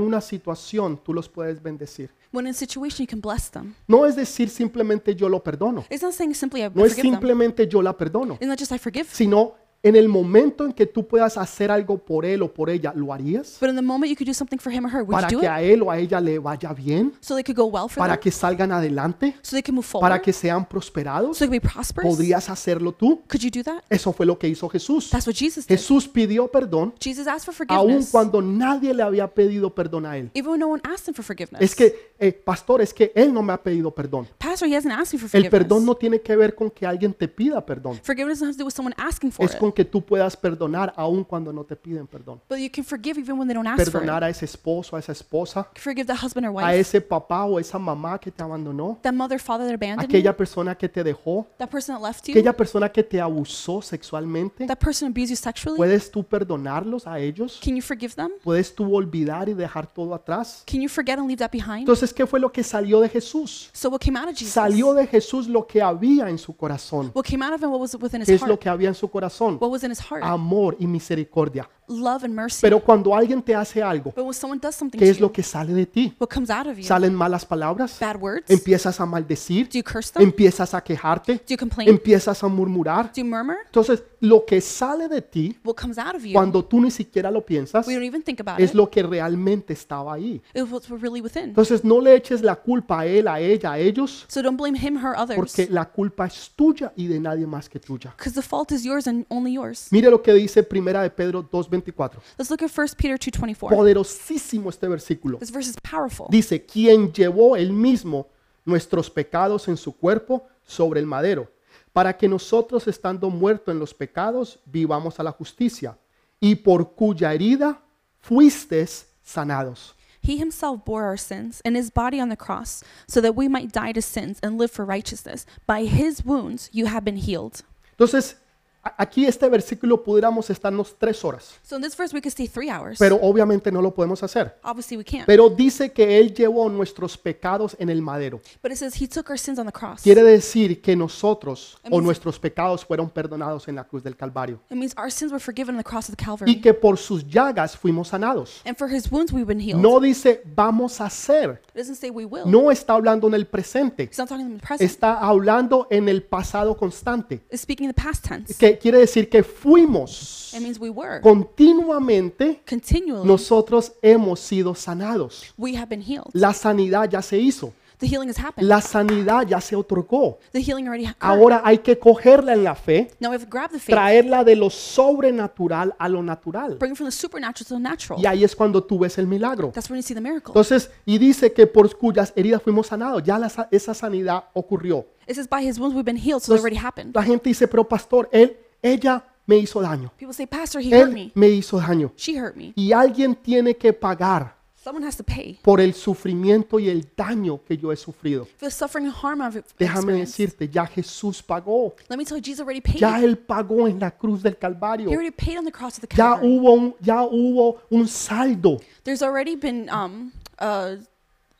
A: una situación tú los puedes bendecir.
B: When in a situation, you can bless them.
A: No es decir simplemente yo lo perdono.
B: It's not saying simply I
A: No es
B: forgive them.
A: simplemente yo la perdono,
B: It's not just I forgive,
A: sino en el momento en que tú puedas hacer algo por él o por ella, ¿lo harías?
B: but in the moment you could do something for him or her, would
A: Para
B: you do
A: que
B: it?
A: a él o a ella le vaya bien,
B: So they could go well for
A: para
B: them?
A: que salgan adelante,
B: So they can move
A: para
B: forward?
A: que sean prosperados.
B: Oh. So they can be prosperous?
A: ¿Podrías hacerlo tú?
B: Could you do that?
A: Eso fue lo que hizo Jesús.
B: That's what Jesus did.
A: Jesús pidió perdón
B: Jesus asked for
A: aun
B: forgiveness.
A: cuando nadie le había pedido perdón a él.
B: Even when no one asked him for forgiveness.
A: Es que, eh, pastor, es que él no me ha pedido perdón.
B: Pastor, he hasn't asked you for
A: El perdón
B: forgiveness.
A: no tiene que ver con que alguien te pida perdón.
B: Forgiveness doesn't have to do with someone asking for
A: Es
B: it.
A: con que tú puedas perdonar aun cuando no te piden perdón.
B: But you can forgive even when they don't ask for it.
A: Perdonar a ese esposo, a esa esposa,
B: Forgive the husband or
A: a
B: wife,
A: ese papá o esa mamá que te abandonó,
B: that mother, father that abandoned you,
A: aquella persona que te dejó,
B: that person that left you,
A: aquella persona que te abusó sexualmente.
B: that person who abused you sexually.
A: ¿Puedes tú perdonarlos a ellos?
B: Can you forgive them?
A: ¿Puedes tú olvidar y dejar todo atrás?
B: Can you forget and leave that behind?
A: Entonces, ¿qué fue lo que salió de Jesús?
B: So what came out of Jesus?
A: Salió de Jesús lo que había en su corazón.
B: What came out of him? What was within
A: ¿Qué es
B: his
A: lo
B: heart?
A: que había en su corazón?
B: What was in his heart?
A: Amor y misericordia.
B: Love and mercy.
A: Pero cuando alguien te hace algo,
B: But when someone does something to
A: ¿qué es lo
B: you,
A: que sale de ti?
B: what comes out of you?
A: ¿Salen malas palabras?
B: Bad words? Do
A: Empiezas a maldecir,
B: you curse them?
A: empiezas a quejarte,
B: Do you complain?
A: empiezas a murmurar.
B: Do you murmur?
A: Entonces, lo que sale de ti
B: What comes out of you?
A: cuando tú ni siquiera lo piensas
B: We don't even think about
A: es
B: it.
A: lo que realmente estaba ahí.
B: It was really within.
A: Entonces, no le eches la culpa a él, a ella, a ellos,
B: So don't blame him, her, others.
A: porque la culpa es tuya y de nadie más que tuya.
B: Because the fault is yours and only yours.
A: Mire lo que dice Primera de Pedro 2:24.
B: Let's look at 1 Peter 2.24.
A: Poderosísimo este versículo.
B: This verse is powerful.
A: Dice, quien llevó él mismo nuestros pecados en su cuerpo sobre el madero, para que nosotros estando muertos en los pecados vivamos a la justicia, y por cuya herida fuisteis sanados.
B: He himself bore our sins in his body on the cross, so that we might die to sins and live for righteousness. By his wounds you have been healed.
A: Entonces, A- Aquí este versículo pudiéramos estarnos tres horas,
B: So in this verse, we could stay three hours.
A: pero obviamente no lo podemos hacer.
B: Obviously, we can't.
A: Pero dice que Él llevó nuestros pecados en el madero.
B: But it says he took our sins on the cross.
A: Quiere decir que nosotros o nuestros pecados fueron perdonados en la cruz del Calvario
B: It means our sins were forgiven on the cross of the Calvary.
A: y que por sus llagas fuimos sanados.
B: and for his wounds, we've been healed.
A: No dice vamos a hacer,
B: It doesn't say we will.
A: no está hablando en el presente,
B: It's not talking in the present.
A: está hablando en el pasado constante,
B: It's speaking in the past tense.
A: que quiere decir que fuimos
B: It means we were.
A: continuamente,
B: Continually,
A: nosotros hemos sido sanados.
B: we have been healed.
A: La sanidad ya se hizo,
B: The healing has happened.
A: la sanidad ya se otorgó.
B: the healing already happened.
A: Ahora hay que cogerla en la fe,
B: Now we have to grab the faith.
A: traerla de lo sobrenatural a lo natural.
B: Bring it from the supernatural to the natural.
A: Y ahí es cuando tú ves el milagro.
B: That's when you see the miracle.
A: Entonces, y dice que por cuyas heridas fuimos sanados, ya la sa- esa sanidad ocurrió.
B: it says by his wounds we've been healed, so it already happened.
A: La gente dice, pero pastor, él, ella me hizo daño.
B: People say, Pastor, he hurt
A: Él
B: me.
A: me hizo daño.
B: She hurt me.
A: Y alguien tiene que pagar
B: Someone has to pay
A: por el sufrimiento y el daño que yo he sufrido.
B: for the suffering and harm I've
A: Déjame
B: experienced.
A: decirte, ya Jesús pagó.
B: Let me tell you, Jesus already paid.
A: Ya Él pagó en la cruz del
B: He
A: Calvario.
B: already paid on the cross of the
A: Ya
B: Calvary.
A: hubo un, ya hubo un saldo.
B: There's already been um uh,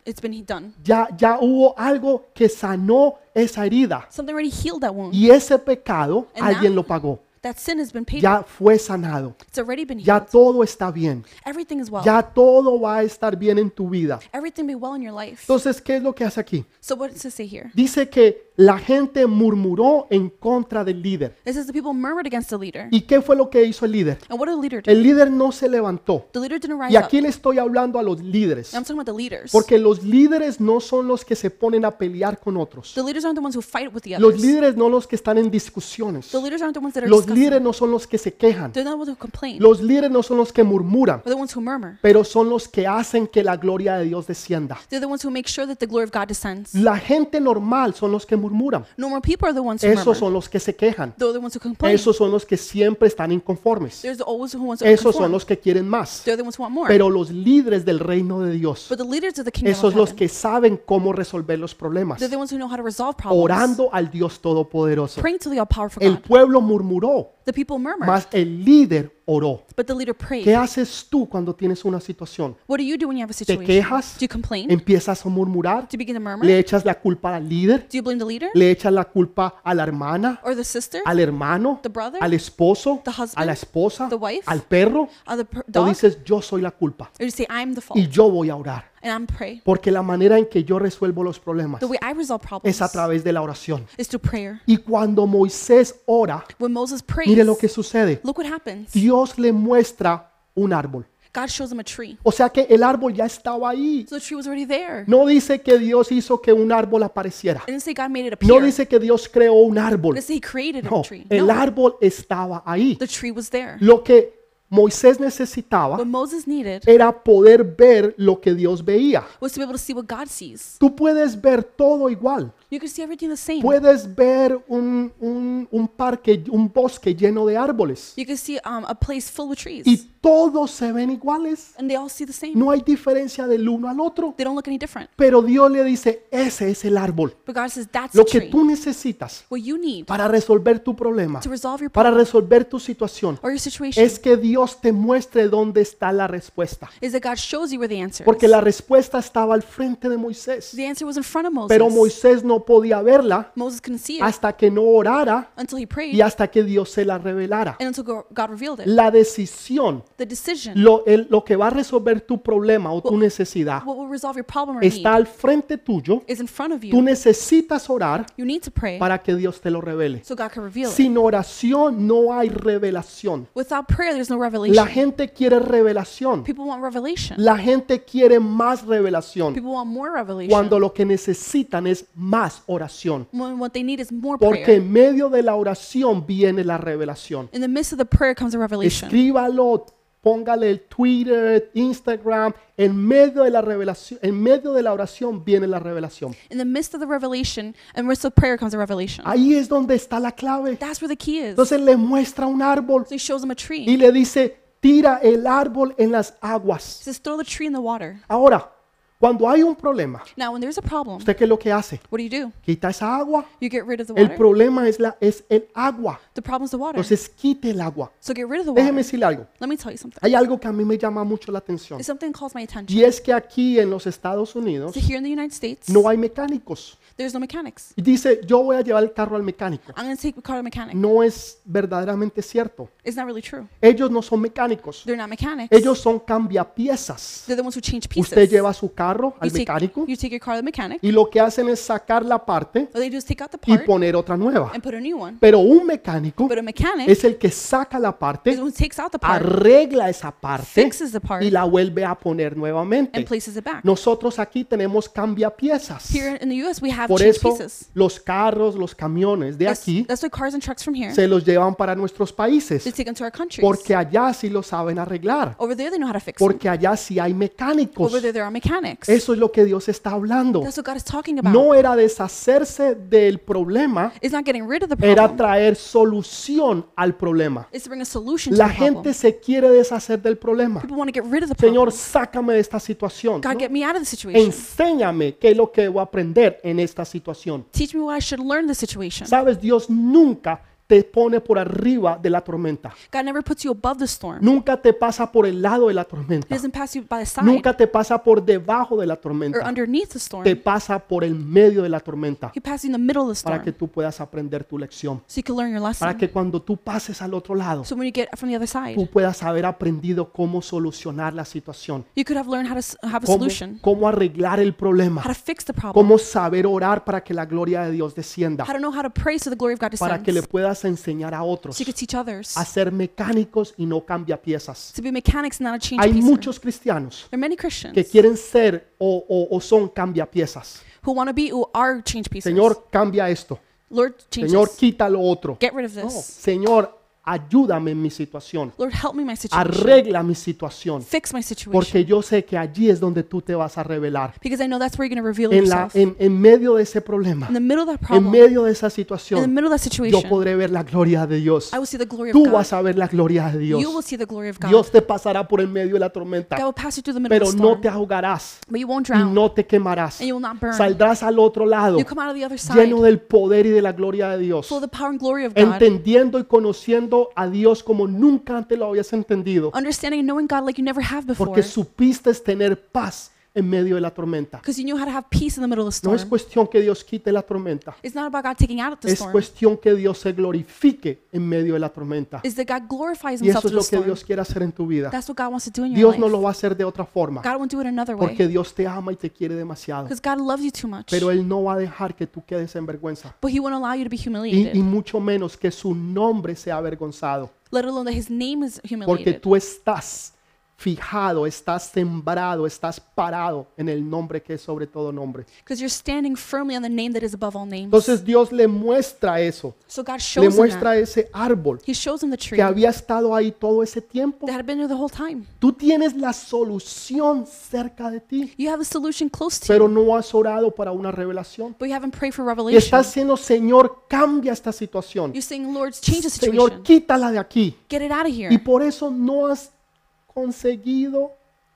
B: it's been he- done.
A: Ya, ya hubo algo que sanó esa herida.
B: Something already healed that wound.
A: Y ese pecado
B: And
A: alguien
B: now-
A: lo pagó.
B: That sin has been paid.
A: Ya fue sanado.
B: It's already been
A: Ya
B: healed.
A: todo está bien.
B: Everything is well.
A: Ya todo va a estar bien en tu vida.
B: Everything be well in your life.
A: Entonces, ¿qué es lo que hace aquí?
B: So what does it say here?
A: Dice que la gente murmuró en contra del líder.
B: It says the people murmured against the leader.
A: ¿Y qué fue lo que hizo el líder?
B: And what did the leader do?
A: El líder no se levantó.
B: The leader didn't rise
A: Y
B: up.
A: aquí le estoy hablando a los líderes.
B: And I'm talking about the leaders.
A: Porque los líderes no son los que se ponen a pelear con otros.
B: The leaders aren't the ones who fight with the
A: Los
B: others.
A: líderes no los que están en discusiones.
B: The leaders aren't the ones that are
A: Los líderes
B: discussing.
A: no son los que se quejan.
B: They're not the ones who complain.
A: Los líderes no son los que murmuran.
B: They're the ones who murmur.
A: pero son los que hacen que la gloria de Dios descienda.
B: They're the ones who make sure that the glory of God descends.
A: La gente normal son los que murmuran.
B: Normal people are the ones who
A: Esos
B: murmur.
A: son los que se quejan.
B: They're the ones who complain.
A: Esos son los que siempre están inconformes.
B: There's always who wants to
A: Esos son
B: conform.
A: los que quieren más.
B: They're the ones who want more.
A: Pero los líderes del reino de Dios,
B: But the leaders of the kingdom
A: esos
B: of
A: los
B: heaven,
A: que saben cómo resolver los problemas,
B: they're the ones who know how to resolve problems.
A: orando al Dios Todopoderoso.
B: Praying to the all-powerful
A: El
B: God.
A: pueblo murmuró,
B: The people murmur,
A: mas el líder oró.
B: but the leader prays.
A: ¿Qué haces tú cuando tienes una situación?
B: What do you do when you have a
A: ¿Te
B: situation?
A: quejas?
B: Do you complain?
A: ¿Empiezas a murmurar?
B: Do you begin to murmur?
A: ¿Le echas la culpa al líder?
B: Do you blame the leader
A: le echan la culpa a la hermana,
B: or the sister,
A: al hermano,
B: The brother,
A: al esposo,
B: the husband,
A: a la esposa,
B: the wife,
A: al perro,
B: or the per-
A: o
B: dog?
A: dices yo soy la culpa
B: Or you say, I'm the fault,
A: y yo voy a orar,
B: and I'm pray.
A: porque la manera en que yo resuelvo los problemas
B: The way I resolve problems
A: es a través de la oración.
B: is through prayer.
A: Y cuando Moisés ora,
B: When Moses prays,
A: mire lo que sucede.
B: look what happens.
A: Dios le muestra un árbol.
B: God shows him a tree.
A: O sea que el árbol ya estaba ahí.
B: So the tree was already there.
A: No dice que Dios hizo que un árbol apareciera.
B: It didn't say God made it appear.
A: No dice que Dios creó un
B: It
A: árbol.
B: didn't say he created
A: No,
B: a tree.
A: el
B: No,
A: árbol estaba ahí.
B: the tree was there.
A: Lo que Moisés necesitaba
B: What Moses needed
A: era poder ver lo que Dios veía.
B: was to be able to see what God sees.
A: Tú puedes ver todo igual.
B: You can see everything the same.
A: Puedes ver un, un- un parque, un bosque lleno de árboles.
B: You can see um, a place full with
A: Y
B: trees,
A: todos se ven iguales.
B: and they all see the same.
A: No hay diferencia del uno al otro.
B: They don't look any different.
A: Pero Dios le dice, ese es el árbol.
B: But God says that's
A: Lo
B: the
A: que
B: tree.
A: tú necesitas
B: What you need
A: para resolver tu problema,
B: to resolve your
A: para
B: problem
A: resolver tu situación,
B: or your situation
A: es que Dios te muestre dónde está la respuesta.
B: is that God shows you where the answer
A: Porque
B: is.
A: la respuesta estaba al frente de Moisés.
B: The answer was in front of Moses.
A: Pero Moisés no podía verla
B: Moses couldn't see it
A: hasta que no orara
B: until he prayed
A: y hasta que Dios se la revelara.
B: and until go- God revealed it.
A: La decisión,
B: The decision,
A: lo, el- lo que va a resolver tu problema o tu necesidad,
B: what will resolve your problem or need,
A: está al frente tuyo.
B: is in front of
A: Tú
B: you.
A: necesitas orar
B: You need to pray
A: para que Dios te lo revele.
B: so God can reveal it.
A: Sin oración no hay revelación.
B: Without prayer, there's no
A: La
B: revelation.
A: gente quiere revelación.
B: People want revelation.
A: La gente quiere más revelación
B: People want more revelation.
A: cuando lo que necesitan es más oración.
B: When what they need is more
A: Porque
B: prayer.
A: en medio de la oración viene la revelación.
B: In the midst of the prayer comes a revelation.
A: escríbalo póngale el Twitter Instagram en medio de la revelación en medio de la oración viene la revelación
B: In the midst of the revelation and midst of prayer comes a revelation.
A: ahí es donde está la clave
B: That's where the key is. So
A: entonces le muestra un árbol
B: he shows him a
A: y
B: tree.
A: le dice tira el árbol en las
B: He
A: aguas
B: says, throw the tree in the water.
A: ahora Cuando hay un problema,
B: Now, when there's a problem,
A: ¿usted qué es lo que hace?
B: what do you do?
A: Quita esa agua.
B: You get rid of the
A: El
B: water.
A: problema es, la, es el agua.
B: The problem's the water.
A: Entonces quite el agua.
B: So get rid of the
A: Déjeme
B: water.
A: decirle algo.
B: Let me tell you something.
A: Hay algo que a mí me llama mucho la atención.
B: Something calls my attention.
A: Y es que aquí en los Estados Unidos
B: So here in the United States,
A: no hay mecánicos.
B: there's no mechanics.
A: Y dice, yo voy a llevar el carro al mecánico.
B: I'm going to take the car to a mechanic.
A: No es verdaderamente cierto.
B: It's not really true.
A: Ellos no son mecánicos.
B: They're not mechanics.
A: Ellos son cambiapiezas.
B: They're the ones who change pieces.
A: Usted lleva su carro al
B: you, take,
A: mecánico
B: you take your car to the mechanic.
A: y lo que hacen es sacar la parte
B: All they do is take out the
A: y
B: part
A: poner otra nueva.
B: and put a new one.
A: Pero un mecánico
B: But a mechanic
A: es el que saca la
B: is
A: parte,
B: the one who takes out the part,
A: arregla esa parte
B: fixes the part,
A: y la vuelve a poner nuevamente.
B: and places it back.
A: Nosotros aquí tenemos cambiapiezas.
B: Here in the U.S., we have
A: Por
B: change
A: eso
B: pieces.
A: los carros, los camiones de
B: That's,
A: aquí
B: that's why cars and trucks from here,
A: se los llevan para nuestros
B: they
A: países
B: take them to our countries.
A: porque allá sí lo saben arreglar,
B: Over there, they know how to fix them.
A: porque allá sí hay mecánicos.
B: Over there, there are mechanics.
A: Eso es lo que Dios está hablando.
B: That's what God is talking about.
A: No era deshacerse del problema,
B: It's not getting rid of the
A: era
B: problem.
A: traer solución al problema.
B: It's to bring a solution
A: La
B: to the problem.
A: gente se quiere deshacer del problema.
B: People want to get rid of the problem.
A: Señor, sácame de esta situación.
B: God, get me out of the situation.
A: Enséñame qué es lo que debo aprender en esta situación.
B: Teach me what I should learn the situation.
A: Sabes, Dios nunca te pone por arriba de la tormenta.
B: God never puts you above the storm.
A: Nunca te pasa por el lado de la
B: He
A: tormenta.
B: doesn't pass you by the side
A: Nunca te pasa por debajo de la
B: or
A: tormenta.
B: underneath the storm.
A: Te pasa por el medio de la tormenta
B: He passes you in the middle of the storm
A: para que tú puedas aprender tu lección.
B: so you can learn your
A: Para
B: lesson.
A: que cuando tú pases al otro lado,
B: so when you get from the other side,
A: tú puedas haber aprendido cómo solucionar la situación.
B: you could have learned how to s- have a
A: Cómo,
B: solution,
A: cómo arreglar el problema.
B: how to fix the problem,
A: Cómo saber orar para que la gloria de Dios descienda.
B: how to know how to pray so the glory of God
A: Para
B: descends.
A: que le puedas enseñar a otros
B: so you could teach others
A: a ser mecánicos y no cambia piezas.
B: to be mechanics, not a change
A: Hay
B: piecer.
A: muchos cristianos
B: There are many Christians
A: que quieren ser o, o- o son cambiapiezas.
B: who want to be who are change pieces.
A: Señor, cambia esto.
B: Lord, change
A: Señor,
B: this.
A: quita lo otro.
B: Get rid of
A: No,
B: this.
A: Señor, ayúdame en mi situación.
B: Lord, help me my situation.
A: Arregla mi situación.
B: Fix my situation.
A: Porque yo sé que allí es donde tú te vas a revelar.
B: Because I know that's where you're going to reveal
A: En, la,
B: yourself.
A: en, en medio de ese problema,
B: in the middle of that
A: en
B: problem,
A: medio de esa
B: in the
A: situación,
B: middle of that
A: yo
B: situation,
A: podré ver la gloria de Dios.
B: I will see the glory of
A: Tú
B: God.
A: vas a ver la gloria de Dios.
B: You will see the glory of God.
A: Dios te pasará por el medio de la tormenta,
B: God will pass you through the middle
A: pero
B: of the storm.
A: no te ahogarás
B: but you won't
A: y
B: drown.
A: no te quemarás.
B: and you will not burn.
A: Saldrás al otro lado
B: you come out of the other side.
A: lleno del poder y de la gloria de Dios,
B: Full of the power and glory of God.
A: entendiendo y conociendo a Dios como nunca antes lo habías entendido,
B: Understanding and knowing God like you never have before.
A: porque supiste tener paz en medio de la tormenta.
B: Because you knew how to have peace in the middle of the
A: No
B: storm.
A: es cuestión que Dios quite la tormenta,
B: it's not about God taking out the
A: es
B: storm.
A: cuestión que Dios se glorifique en medio de la tormenta.
B: Is that God glorifies
A: Y eso
B: himself
A: es
B: through the
A: lo que
B: storm.
A: Dios quiere hacer en tu vida.
B: That's what God wants to do in your
A: Dios
B: life.
A: no lo va a hacer de otra forma,
B: God won't do it another way.
A: porque Dios te ama y te quiere demasiado.
B: Because God loves you too much.
A: Pero Él no va a dejar que tú quedes en vergüenza.
B: but He won't allow you to be
A: Y,
B: humiliated,
A: y mucho menos que su nombre sea avergonzado.
B: let alone that His name is
A: Porque
B: humiliated.
A: tú estás fijado, estás sembrado, estás parado en el nombre que es sobre todo nombre.
B: Because you're standing firmly on the name that is above all names.
A: Entonces Dios le muestra eso.
B: so God
A: Le
B: shows him that.
A: muestra ese árbol
B: He shows him the tree
A: que
B: that
A: había estado ahí todo ese tiempo.
B: had been there the whole time.
A: Tú tienes la solución cerca de ti,
B: You have a solution close to
A: pero
B: you,
A: no has orado para una revelación.
B: but you haven't prayed for
A: Y
B: revelation.
A: estás siendo, Señor, cambia esta situación.
B: You're saying, Lord, change the
A: Señor,
B: situation.
A: quítala de aquí.
B: Get it out of here.
A: Y por eso no has conseguido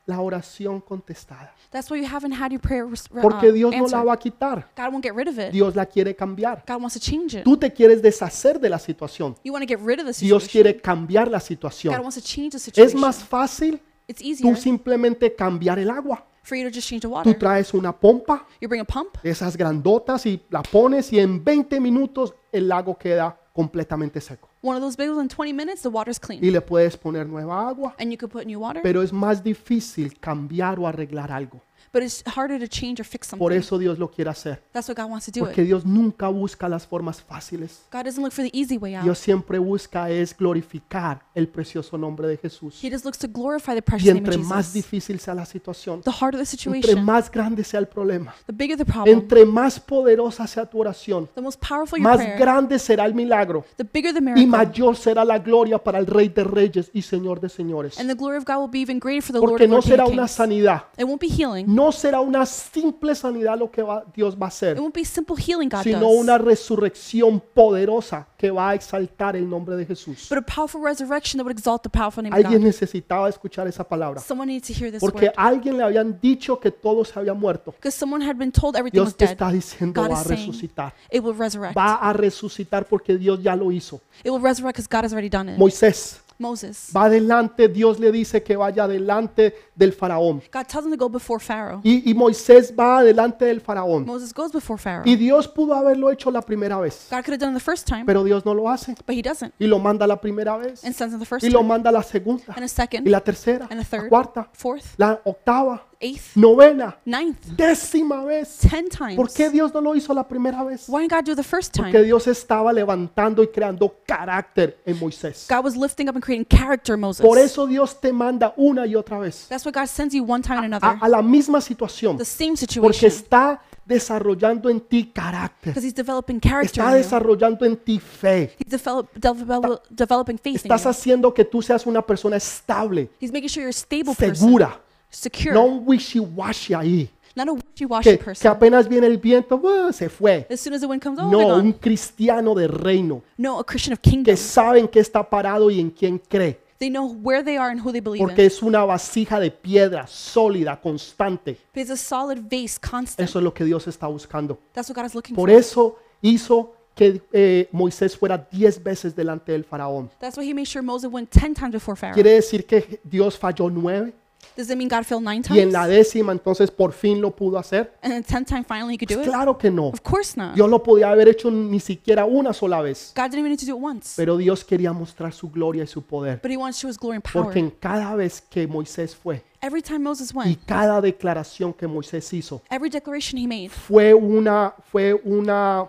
A: la oración contestada.
B: That's why you haven't had your prayer res- re-
A: Porque
B: uh,
A: Dios no la
B: answered.
A: va a quitar.
B: God won't get rid of it.
A: Dios la quiere cambiar.
B: God wants to change it.
A: Tú te quieres deshacer de la situación.
B: You want to get rid of the
A: Dios
B: situation.
A: quiere cambiar la
B: God
A: situación.
B: wants to change the
A: Es
B: situation.
A: más fácil
B: It's
A: tú
B: easier
A: simplemente cambiar el agua.
B: for you to just change the
A: Tú
B: water.
A: traes una pompa,
B: You bring a pump,
A: de esas grandotas, y la pones y en 20 minutos el lago queda completamente seco.
B: one of those big ones in 20 minutes, the water's clean.
A: Y le puedes poner nueva agua,
B: And you could put new water,
A: pero es más difícil cambiar o arreglar algo.
B: but it's harder to change or fix
A: Por
B: something.
A: eso Dios lo quiere hacer.
B: That's what God wants to do
A: Porque
B: it.
A: Dios nunca busca las formas fáciles.
B: God doesn't look for the easy way out.
A: Dios siempre busca es glorificar el precioso nombre de Jesús.
B: He just looks to glorify the
A: Y
B: precious name of
A: entre más
B: Jesus.
A: difícil sea la situación,
B: The harder the
A: entre
B: situation,
A: más grande sea el problema,
B: the bigger the problem,
A: entre más poderosa sea tu oración,
B: the most powerful your
A: más
B: prayer,
A: grande será el milagro
B: the bigger the
A: y
B: miracle, them.
A: mayor será la gloria para el Rey de Reyes y Señor de Señores.
B: And the glory of God will be even greater for the Lord
A: Porque
B: of
A: no
B: Lord King
A: será
B: of
A: una
B: Kings.
A: sanidad,
B: It won't be healing.
A: no será una simple sanidad lo que va- Dios va a
B: It
A: hacer,
B: won't be simple healing God
A: sino
B: does.
A: una resurrección poderosa que va a exaltar el nombre de Jesús.
B: But a powerful resurrection that would exalt the powerful name of
A: Alguien
B: God.
A: necesitaba escuchar esa palabra,
B: Someone needed to hear this
A: porque
B: word.
A: a alguien le habían dicho que todo se había muerto.
B: Because someone had been told everything
A: Dios
B: was
A: te
B: dead.
A: está diciendo
B: God
A: va a
B: is saying,
A: resucitar,
B: It will resurrect.
A: va a resucitar porque Dios ya lo hizo.
B: It will resurrect because God has already done it.
A: Moisés
B: Moses.
A: va adelante, Dios le dice que vaya adelante del faraón.
B: God tells him to go before Pharaoh.
A: Y, y Moisés va adelante del faraón.
B: Moses goes before Pharaoh.
A: Y Dios pudo haberlo hecho la primera vez,
B: God could have done it the first time,
A: pero Dios no lo hace.
B: but he doesn't.
A: Y lo manda la primera vez,
B: And sends him the first
A: y lo
B: time.
A: manda la segunda,
B: And a
A: y
B: second,
A: la tercera,
B: and a
A: la
B: third,
A: cuarta,
B: fourth,
A: la octava,
B: eighth,
A: novena,
B: ninth,
A: décima vez.
B: ten
A: ¿Por
B: times.
A: qué Dios no lo hizo la primera vez?
B: Why didn't God do it the first
A: Que
B: time?
A: Dios estaba levantando y creando carácter en Moisés.
B: God was lifting up and creating character,
A: Por
B: Moses.
A: eso Dios te manda una y otra vez
B: That's why God sends you one time and
A: a,
B: another.
A: a la misma situación,
B: The same
A: Ah, porque
B: situation.
A: está desarrollando en ti carácter,
B: Because he's developing character.
A: está
B: in you.
A: desarrollando en ti fe.
B: He's develop, develop, developing faith in
A: Estás
B: you.
A: haciendo que tú seas una persona estable,
B: He's making sure you're a stable person,
A: segura,
B: secure,
A: no un wishy-washy ahí,
B: not a wishy-washy
A: que, que
B: person.
A: apenas viene el viento, ¡buah! se fue.
B: As soon as the wind comes, oh, they're
A: No,
B: gone.
A: un cristiano de reino,
B: No, a Christian of
A: que
B: kingdom.
A: sabe en qué está parado y en quién cree,
B: They know where they are and who they believe
A: porque
B: in.
A: es una vasija de piedra sólida, constante.
B: It's a solid vase, constant.
A: Eso es lo que Dios está buscando.
B: That's what God is looking
A: Por
B: for.
A: eso hizo que eh, Moisés fuera diez veces delante del faraón.
B: That's why he made sure Moses went ten times before Pharaoh.
A: Quiere decir que Dios falló nueve
B: Does it mean God failed nine
A: y en
B: times?
A: la décima entonces por fin lo pudo hacer.
B: And then ten time finally he could do it?
A: Claro que no.
B: Of course not.
A: Dios lo podía haber hecho ni siquiera una sola vez.
B: God didn't even need to do it once.
A: Pero Dios quería mostrar su gloria y su poder.
B: But he wants to show his glory and power.
A: Porque en cada vez que Moisés fue
B: Every time Moses
A: y
B: went,
A: cada declaración que Moisés hizo,
B: every declaration he made,
A: fue una, fue una,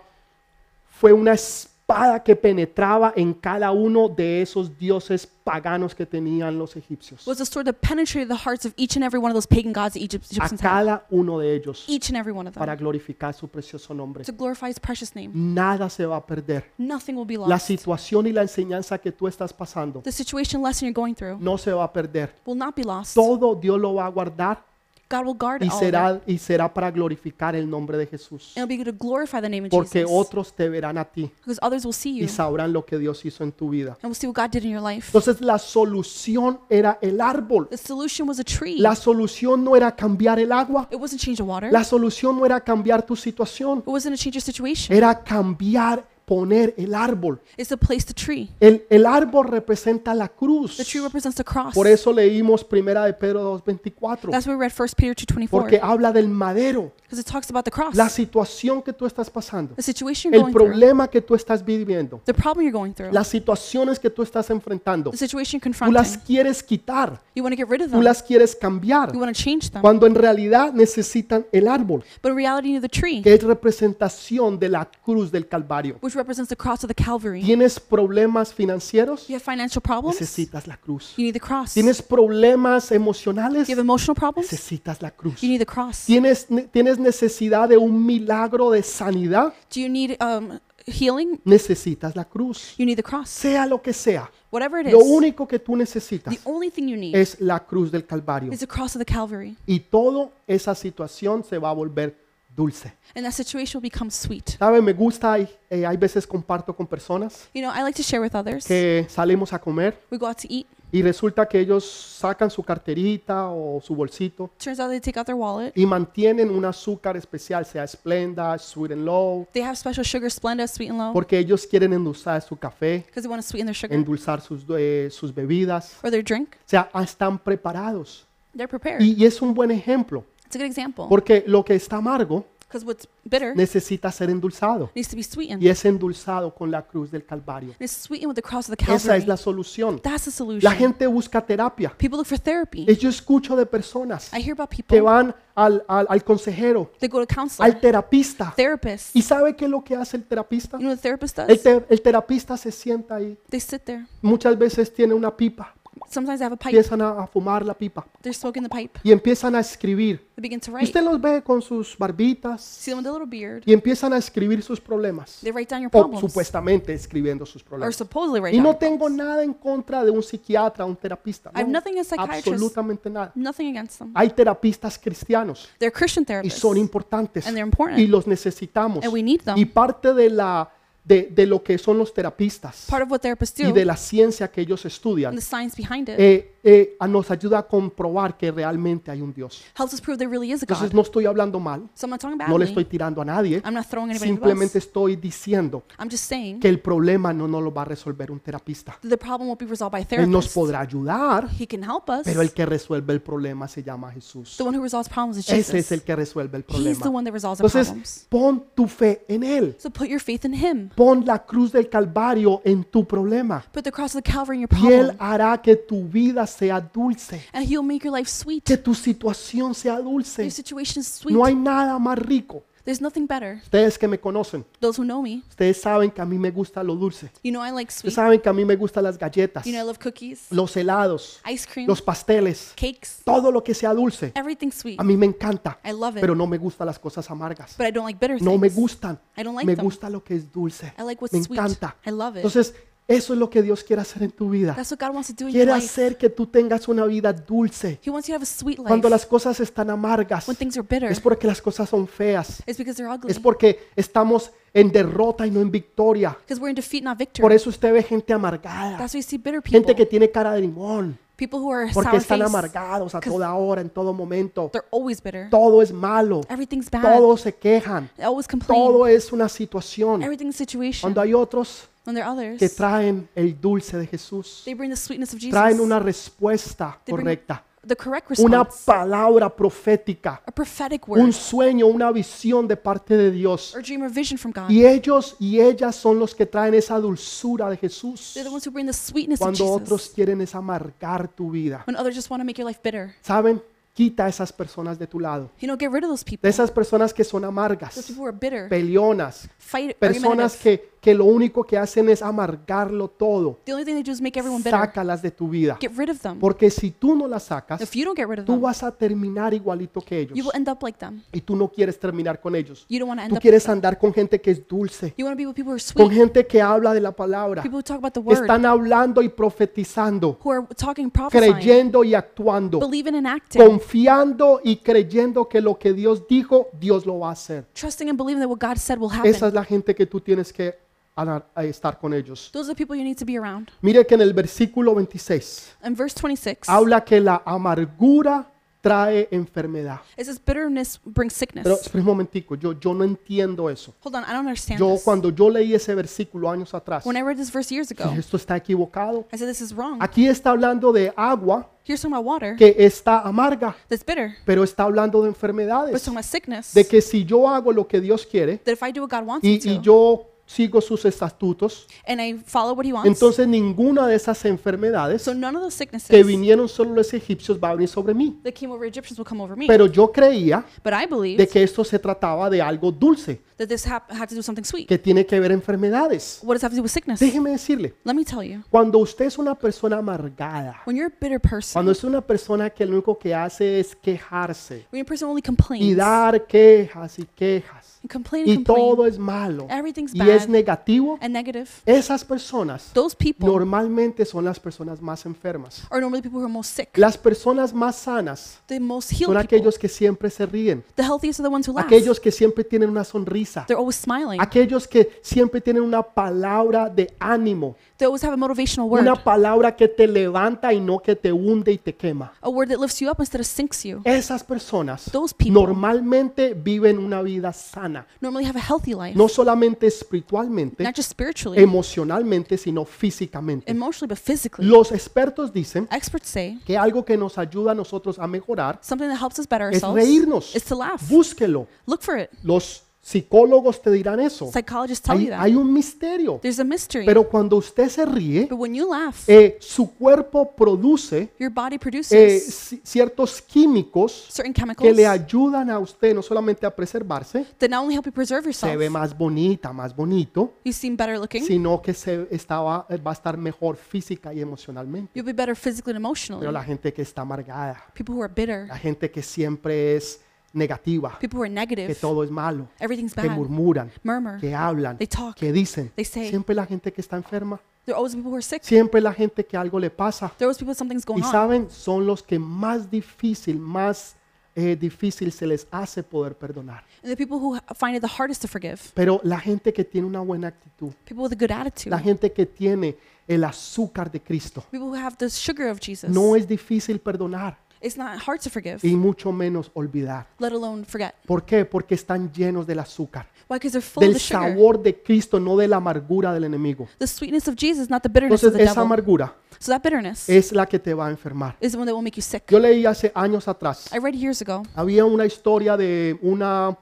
A: fue una espada que penetraba en cada uno de esos dioses paganos que tenían los egipcios.
B: was a sword that penetrated the hearts of each and every one of those pagan gods that Egypt,
A: A
B: Egyptians had.
A: cada uno de ellos
B: Each and every one of
A: para
B: them.
A: glorificar su precioso nombre.
B: To glorify his precious name.
A: Nada se va a perder.
B: Nothing will be
A: La
B: lost.
A: situación y la enseñanza que tú estás pasando
B: The situation lesson you're going through
A: no se va a perder.
B: will not be lost.
A: Mm. Todo Dios lo va a guardar
B: God will guard
A: y
B: all of it.
A: será, y será para glorificar el nombre de Jesús.
B: And it'll be to glorify the name of
A: Porque
B: Jesus.
A: otros te verán a ti
B: Because others will see
A: y
B: you and
A: sabrán lo que Dios hizo en tu vida.
B: will see what God did in your life.
A: Entonces la solución era el árbol.
B: The solution was a tree.
A: La solución no era cambiar el agua.
B: It wasn't change of water.
A: La solución no era cambiar tu situación.
B: It wasn't to change your situation.
A: Era cambiar, poner el árbol.
B: It's to place the tree.
A: El, el árbol representa la
B: The
A: cruz.
B: tree represents the cross.
A: Por eso leímos Primera de Pedro 2.24.
B: That's why we read 1 Peter 2.24.
A: Porque habla del madero.
B: Because it talks about the cross.
A: La situación que tú estás pasando.
B: The situation you're
A: El
B: going through.
A: problema que tú estás viviendo.
B: The problem you're going through.
A: Las situaciones que tú estás enfrentando.
B: The situation you're
A: Tú las
B: confronting.
A: quieres quitar.
B: You want to get rid of
A: Tú
B: them.
A: las quieres cambiar.
B: You want to change them.
A: cuando en realidad necesitan el árbol,
B: But in reality, you need the tree,
A: que es representación de la cruz del Calvario.
B: which represents the cross of the Calvary.
A: ¿Tienes problemas financieros?
B: You have financial problems? You
A: Necesitas la cruz.
B: need the cross. You
A: ¿Tienes problemas emocionales?
B: have emotional problems?
A: Necesitas la cruz.
B: You need the cross.
A: ¿Tienes, ne- ¿Tienes necesidad de un milagro de sanidad?
B: Do you need um, healing?
A: Necesitas la cruz.
B: You need the cross.
A: Sea lo que sea,
B: Whatever it is,
A: lo único que tú necesitas
B: the only thing you need
A: es la cruz del Calvario.
B: is the cross of the Calvary.
A: Y toda esa situación se va a volver dulce.
B: And that situation will become sweet.
A: ¿Sabe? Me gusta, hay- eh, hay veces comparto con personas
B: You know, I like to share with others.
A: que salimos a comer
B: We go out to eat.
A: y resulta que ellos sacan su carterita o su bolsito
B: Turns out they take out their wallet.
A: y mantienen un azúcar especial, sea Splenda, Sweet and Low,
B: They have special sugar, Splenda, sweet and low,
A: porque ellos quieren endulzar su café,
B: because they want to sweeten their sugar
A: endulzar sus, eh, sus bebidas,
B: or their drink.
A: o sea, ah, están preparados.
B: They're prepared.
A: Y, y es un buen ejemplo,
B: It's a good example.
A: porque lo que está amargo
B: Because what's bitter
A: necesita ser endulzado
B: needs to be sweetened.
A: y es endulzado con la cruz del Calvario.
B: And it's sweetened with the cross of the
A: Esa es la
B: Calvary.
A: solución.
B: That's the
A: La
B: solution.
A: gente busca terapia.
B: People look for therapy.
A: Eh, Yo escucho de personas
B: I hear about
A: que
B: people.
A: van al- al- al consejero,
B: They go to
A: al
B: counselor,
A: terapista.
B: therapists.
A: ¿Y sabe qué es lo que hace el terapista?
B: You know what the therapist
A: El,
B: does?
A: ter- el terapista se sienta ahí.
B: They sit there.
A: Muchas veces tiene una pipa
B: Sometimes they have a pipe.
A: empiezan a a fumar la pipa
B: They're smoking the pipe.
A: y empiezan a escribir.
B: They begin to
A: Y
B: write.
A: usted los ve con sus barbitas
B: See them with a little beard.
A: y empiezan a escribir sus problemas.
B: They write down your
A: O
B: problems.
A: supuestamente escribiendo sus
B: Or
A: problemas.
B: supposedly write
A: Y
B: down.
A: no
B: your
A: tengo
B: problems.
A: nada en contra de un psiquiatra, un terapista.
B: I have
A: no,
B: nothing against psychiatrists.
A: absolutamente nada.
B: Nothing against them.
A: Hay terapistas cristianos
B: They're Christian
A: y son
B: therapists.
A: importantes
B: And they're important.
A: y los necesitamos.
B: And we need them.
A: Y parte de la de, de lo que son los terapistas
B: Part of what therapists
A: y de
B: do
A: la ciencia que ellos
B: and
A: estudian
B: the science behind it
A: eh, eh, a- nos ayuda a comprobar que realmente hay un Dios.
B: helps us prove there really is a
A: Entonces
B: God.
A: no estoy hablando mal,
B: So I'm not talking
A: no le
B: badly.
A: estoy tirando a nadie,
B: I'm not throwing anybody under the
A: simplemente
B: bus.
A: estoy diciendo
B: I'm just saying
A: que el problema no nos lo va a resolver un terapista.
B: that the problem won't be resolved by a
A: Él nos
B: therapist.
A: podrá ayudar,
B: He can help us.
A: pero el que resuelve el problema se llama Jesús.
B: The one who resolves problems is
A: Ese es
B: Jesus.
A: el que resuelve el
B: He's the
A: problema.
B: one that resolves our
A: Entonces,
B: problems.
A: pon tu fe en Él.
B: So put your faith in him.
A: Pon la cruz del Calvario en tu problema.
B: Put the cross of the Calvary in your
A: Y Él
B: problem.
A: hará que tu vida sea dulce,
B: And he'll make your life sweet.
A: que tu situación sea
B: Your
A: dulce.
B: situation is sweet.
A: No hay nada más rico.
B: There's nothing better.
A: Ustedes que me conocen,
B: Those who know me,
A: ustedes saben que a mí me gusta lo dulce.
B: you know I like
A: Ustedes
B: sweet.
A: saben que a mí me gustan las galletas,
B: You know I love cookies,
A: los helados,
B: ice cream,
A: los pasteles,
B: cakes,
A: todo lo que sea dulce.
B: everything sweet.
A: A mí me encanta,
B: I love it.
A: pero no me gustan las cosas amargas.
B: But I don't like bitter
A: No me
B: things.
A: gustan.
B: I don't like
A: Me
B: them.
A: gusta lo que es dulce.
B: I like what's
A: Me
B: sweet.
A: encanta.
B: I love it.
A: Entonces, eso es lo que Dios quiere hacer en tu vida.
B: That's what God wants to do in your
A: Quiere
B: life.
A: hacer que tú tengas una vida dulce.
B: He wants you to have a sweet life.
A: Cuando las cosas están amargas,
B: When things are bitter,
A: es porque las cosas son feas.
B: it's because they're ugly.
A: Es porque estamos en derrota y no en victoria.
B: Because we're in defeat, not victory.
A: Por eso usted ve gente amargada,
B: That's why you see bitter people.
A: gente que tiene cara de limón,
B: people who are
A: porque
B: sour
A: están
B: faced.
A: amargados a
B: 'Cause-
A: toda hora, en todo momento.
B: They're always bitter.
A: Todo es malo,
B: Everything's bad.
A: todos se quejan,
B: They always complain.
A: todo es una situación.
B: Everything's a situation.
A: Cuando hay otros
B: When there are others,
A: que traen el dulce de Jesús,
B: they bring the sweetness of Jesus.
A: traen una respuesta
B: They bring
A: correcta,
B: The correct
A: una
B: response.
A: palabra profética,
B: a prophetic word.
A: un sueño, una visión de parte de Dios.
B: or dream or vision from God.
A: Y ellos y ellas son los que traen esa dulzura de Jesús
B: They're the ones who bring the sweetness of
A: cuando
B: Jesus.
A: otros quieren es amargar tu vida.
B: when others just want to make your life bitter.
A: ¿Saben? Quita a esas personas de tu lado.
B: You know, get rid of those people.
A: De esas personas que son
B: those
A: amargas,
B: people who are bitter.
A: peleonas,
B: fight
A: personas
B: argumentative.
A: que, que lo único que hacen es amargarlo todo.
B: The only thing they do is make everyone bitter.
A: Sácalas de tu vida.
B: Get rid of them.
A: Porque si tú no las sacas,
B: If you don't get rid of
A: tú
B: them,
A: vas a terminar igualito que
B: you
A: ellos.
B: will end up like them.
A: Y tú no quieres terminar con ellos.
B: You don't want to end
A: Tú
B: up. Like
A: quieres
B: them.
A: andar con gente que es dulce,
B: You want to be with people who are sweet,
A: con gente que habla de la palabra,
B: people who talk about the
A: que
B: word,
A: están hablando y profetizando,
B: who are talking, prophesying,
A: creyendo y actuando,
B: believing and acting,
A: confiando y creyendo que lo que Dios dijo, Dios lo va a hacer.
B: trusting and believing that what God said will happen.
A: Esa es la gente que tú tienes que anar- a estar con ellos.
B: Those are the people you need to be around.
A: Mire que en el versículo 26
B: In verse 26,
A: habla que la amargura trae enfermedad.
B: it says bitterness brings sickness.
A: Pero espera un momentico, yo, yo no entiendo eso.
B: Hold on, I don't understand
A: Yo
B: this.
A: cuando yo leí ese versículo años atrás,
B: when I read this verse years ago,
A: dije, esto está equivocado.
B: I said this is wrong.
A: Aquí está hablando de agua
B: Here's talking about water
A: que está amarga,
B: that's bitter,
A: pero está hablando de
B: but it's
A: enfermedades.
B: talking about sickness.
A: De que si yo hago lo que Dios quiere
B: that if I do what God wants me
A: y,
B: to,
A: y yo sigo sus estatutos,
B: and I follow what He wants,
A: entonces ninguna de esas enfermedades
B: so none of those
A: que
B: sicknesses
A: vinieron solo los egipcios va a venir sobre mí.
B: that came over Egyptians will come over me.
A: Pero yo creía
B: but I believe
A: de que esto se trataba de algo dulce,
B: that this hap- had to do with something sweet.
A: que tiene que ver enfermedades.
B: What does it have to do with sickness?
A: Déjeme decirle,
B: Let me tell you.
A: cuando usted es una persona amargada,
B: When you're a bitter person,
A: cuando es una persona que lo único que hace es quejarse
B: when your person only
A: y
B: complains,
A: dar quejas y quejas
B: and complain
A: y
B: and complain,
A: todo es malo
B: everything's
A: y es
B: bad
A: negativo,
B: and negative,
A: esas personas
B: those people
A: normalmente son las personas más enfermas.
B: are normally people who are most sick,
A: Las personas más sanas
B: the most
A: son
B: healed people.
A: aquellos que siempre se ríen,
B: The healthiest are the ones who laugh.
A: aquellos que siempre tienen una sonrisa,
B: They're always smiling.
A: aquellos que siempre tienen una palabra de ánimo,
B: They always have a motivational word,
A: una palabra que te levanta y no que te hunde y te quema.
B: a word that lifts you up instead of sinks you.
A: Esas personas
B: Those people
A: normalmente viven una vida sana,
B: normally have a healthy life,
A: no solamente espiritualmente,
B: not just spiritually,
A: emocionalmente, sino físicamente.
B: emotionally, but physically.
A: Los expertos dicen
B: Experts say
A: que algo que nos ayuda a nosotros a mejorar
B: something that helps us better
A: es
B: ourselves
A: reírnos.
B: is to laugh.
A: Búsquelo.
B: Look for it.
A: Los Psicólogos te dirán eso.
B: Psychologists tell
A: Hay,
B: you that.
A: hay un misterio.
B: There's a mystery.
A: Pero cuando usted se ríe,
B: but when you laugh,
A: eh, su cuerpo produce
B: your body produces
A: eh, ci- ciertos químicos
B: certain
A: que
B: chemicals
A: le ayudan a usted no solamente a preservarse,
B: that not only help you preserve yourself,
A: se ve más bonita, más bonito,
B: you seem better looking,
A: sino que se estaba, eh, va a estar mejor física y emocionalmente.
B: you'll be better physically and emotionally.
A: Pero la gente que está amargada,
B: people who are bitter,
A: la gente que siempre es negativa,
B: people who are
A: que
B: negative,
A: todo es malo,
B: everything's
A: que
B: bad,
A: murmuran,
B: murmur.
A: que hablan,
B: They talk.
A: que dicen,
B: They say.
A: siempre la gente que está enferma,
B: There are always people who are sick.
A: siempre la gente que algo le pasa.
B: There are always people something's
A: Y
B: going on.
A: saben, son los que más difícil, más eh, difícil se les hace poder perdonar.
B: And the people who find it the hardest to forgive,
A: Pero la gente que tiene una buena actitud,
B: people with a good attitude,
A: la gente que tiene el azúcar de Cristo,
B: people who have the sugar of Jesus,
A: no es difícil perdonar
B: it's not hard to forgive,
A: y mucho menos olvidar.
B: let alone forget.
A: ¿Por qué? Porque están llenos del azúcar,
B: Why? Because they're full of
A: del
B: the sugar.
A: sabor de Cristo, no de la amargura del enemigo.
B: The sweetness of Jesus, not the bitterness
A: Entonces
B: of the
A: esa
B: devil.
A: amargura
B: So that bitterness
A: es la que te va a enfermar.
B: is the one that will make you sick.
A: Yo leí hace años atrás,
B: I read years ago.
A: había una historia de una,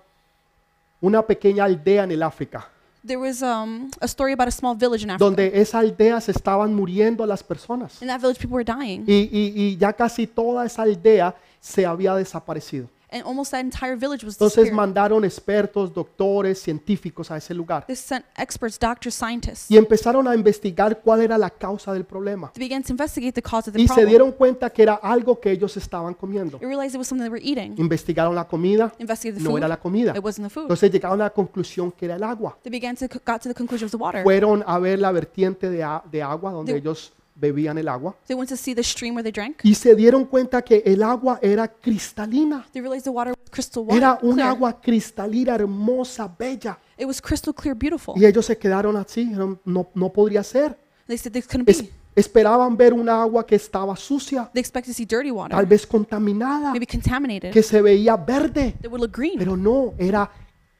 A: una pequeña aldea en el África.
B: There was um, a story about a small village in Africa.
A: donde esa aldea se estaban muriendo las personas.
B: In that village, people were dying,
A: Y, y- y ya casi toda esa aldea se había desaparecido.
B: and almost that entire village was
A: Entonces
B: disappeared.
A: mandaron expertos, doctores, científicos a ese lugar
B: They sent experts, doctors, scientists.
A: y empezaron a investigar cuál era la causa del problema.
B: They began to investigate the cause of the
A: Y se
B: problem.
A: dieron cuenta que era algo que ellos estaban comiendo.
B: They realized it was something they were eating.
A: Investigaron la comida,
B: Investigated the
A: no
B: food.
A: era la comida.
B: It wasn't the food.
A: Entonces llegaron a la conclusión que era el agua.
B: They began to c- got to the conclusion of the water.
A: Fueron a ver la vertiente de, a- de agua donde
B: They-
A: ellos bebían el agua
B: They went to see the stream where they drank.
A: y se dieron cuenta que el agua era cristalina.
B: They realized the water was crystal white,
A: Era un
B: clear.
A: agua cristalina, hermosa, bella.
B: It was crystal clear, beautiful.
A: Y ellos se quedaron así, dijeron, no, no podría ser.
B: They said this couldn't
A: Es-
B: be.
A: esperaban ver un agua que estaba sucia,
B: They expected to see dirty water,
A: tal vez contaminada,
B: maybe contaminated.
A: que se veía verde,
B: It would look green. It
A: pero no, era,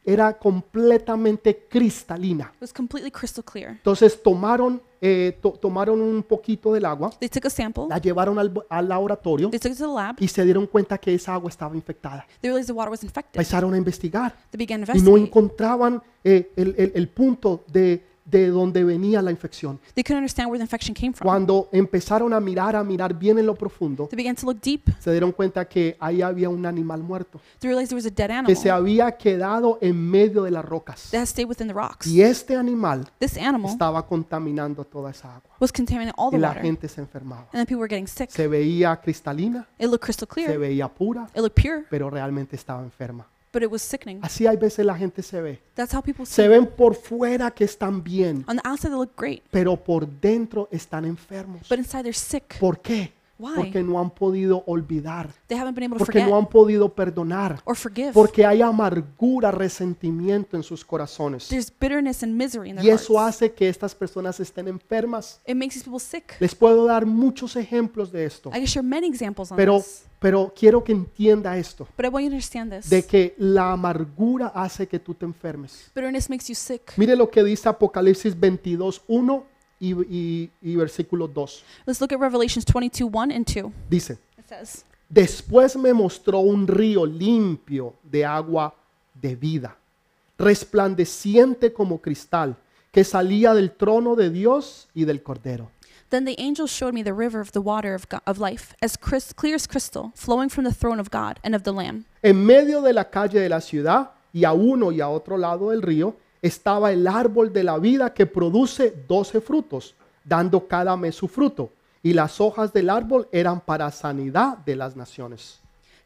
A: era completamente cristalina.
B: was completely crystal clear.
A: Entonces tomaron, eh, to- tomaron un poquito del agua,
B: They took a sample.
A: la llevaron al, bo- al laboratorio
B: They took it to the lab.
A: y se dieron cuenta que esa agua estaba infectada.
B: They realized the water was infected.
A: Empezaron a investigar.
B: They began to
A: y no
B: investigate.
A: encontraban eh, el, el- el punto de, de donde venía la infección.
B: They couldn't understand where the infection came from.
A: Cuando empezaron a mirar, a mirar bien en lo profundo,
B: They began to look deep.
A: se dieron cuenta que ahí había un animal muerto,
B: They realized there was a dead
A: que se
B: animal
A: había quedado en medio de las rocas.
B: that had stayed within the rocks.
A: Y este animal
B: This animal
A: estaba contaminando toda esa agua.
B: was contaminating all
A: Y
B: the
A: la
B: water, and
A: gente se enfermaba.
B: then people were getting sick.
A: Se veía cristalina,
B: It looked crystal
A: se
B: clear.
A: veía pura,
B: It looked pure,
A: pero realmente estaba enferma.
B: but it was sickening.
A: Así hay veces la gente se ve.
B: That's how people
A: Se
B: see.
A: ven por fuera que están bien,
B: On the outside, they look great,
A: pero por dentro están enfermos.
B: but inside, they're sick.
A: ¿Por qué?
B: Why?
A: Porque no han podido olvidar,
B: They haven't been able to
A: porque
B: forget Pues
A: no han podido perdonar,
B: or forgive.
A: porque hay amargura, resentimiento en sus corazones.
B: There's bitterness and misery in
A: Y
B: their
A: eso
B: hearts.
A: hace que estas personas estén enfermas.
B: It makes these people sick.
A: Les puedo dar muchos ejemplos de esto,
B: I can share many examples on
A: pero,
B: this,
A: pero quiero que entienda esto,
B: but I want you to understand this.
A: de que la amargura hace que tú te enfermes.
B: Bitterness makes you sick.
A: Mire lo que dice Apocalipsis 22, 1 y, y- y versículo 2.
B: Let's look at Revelations 22, 1 and 2.
A: Dice,
B: It says,
A: Después me mostró un río limpio de agua de vida, resplandeciente como cristal, que salía del trono de Dios y del Cordero.
B: Then the angel showed me the river of the water of, Go- of life, as crys- clear as crystal, flowing from the throne of God and of the Lamb.
A: En medio de la calle de la ciudad y a uno y a otro lado del río estaba el árbol de la vida que produce doce frutos, dando cada mes su fruto, y las hojas del árbol eran para sanidad de las naciones.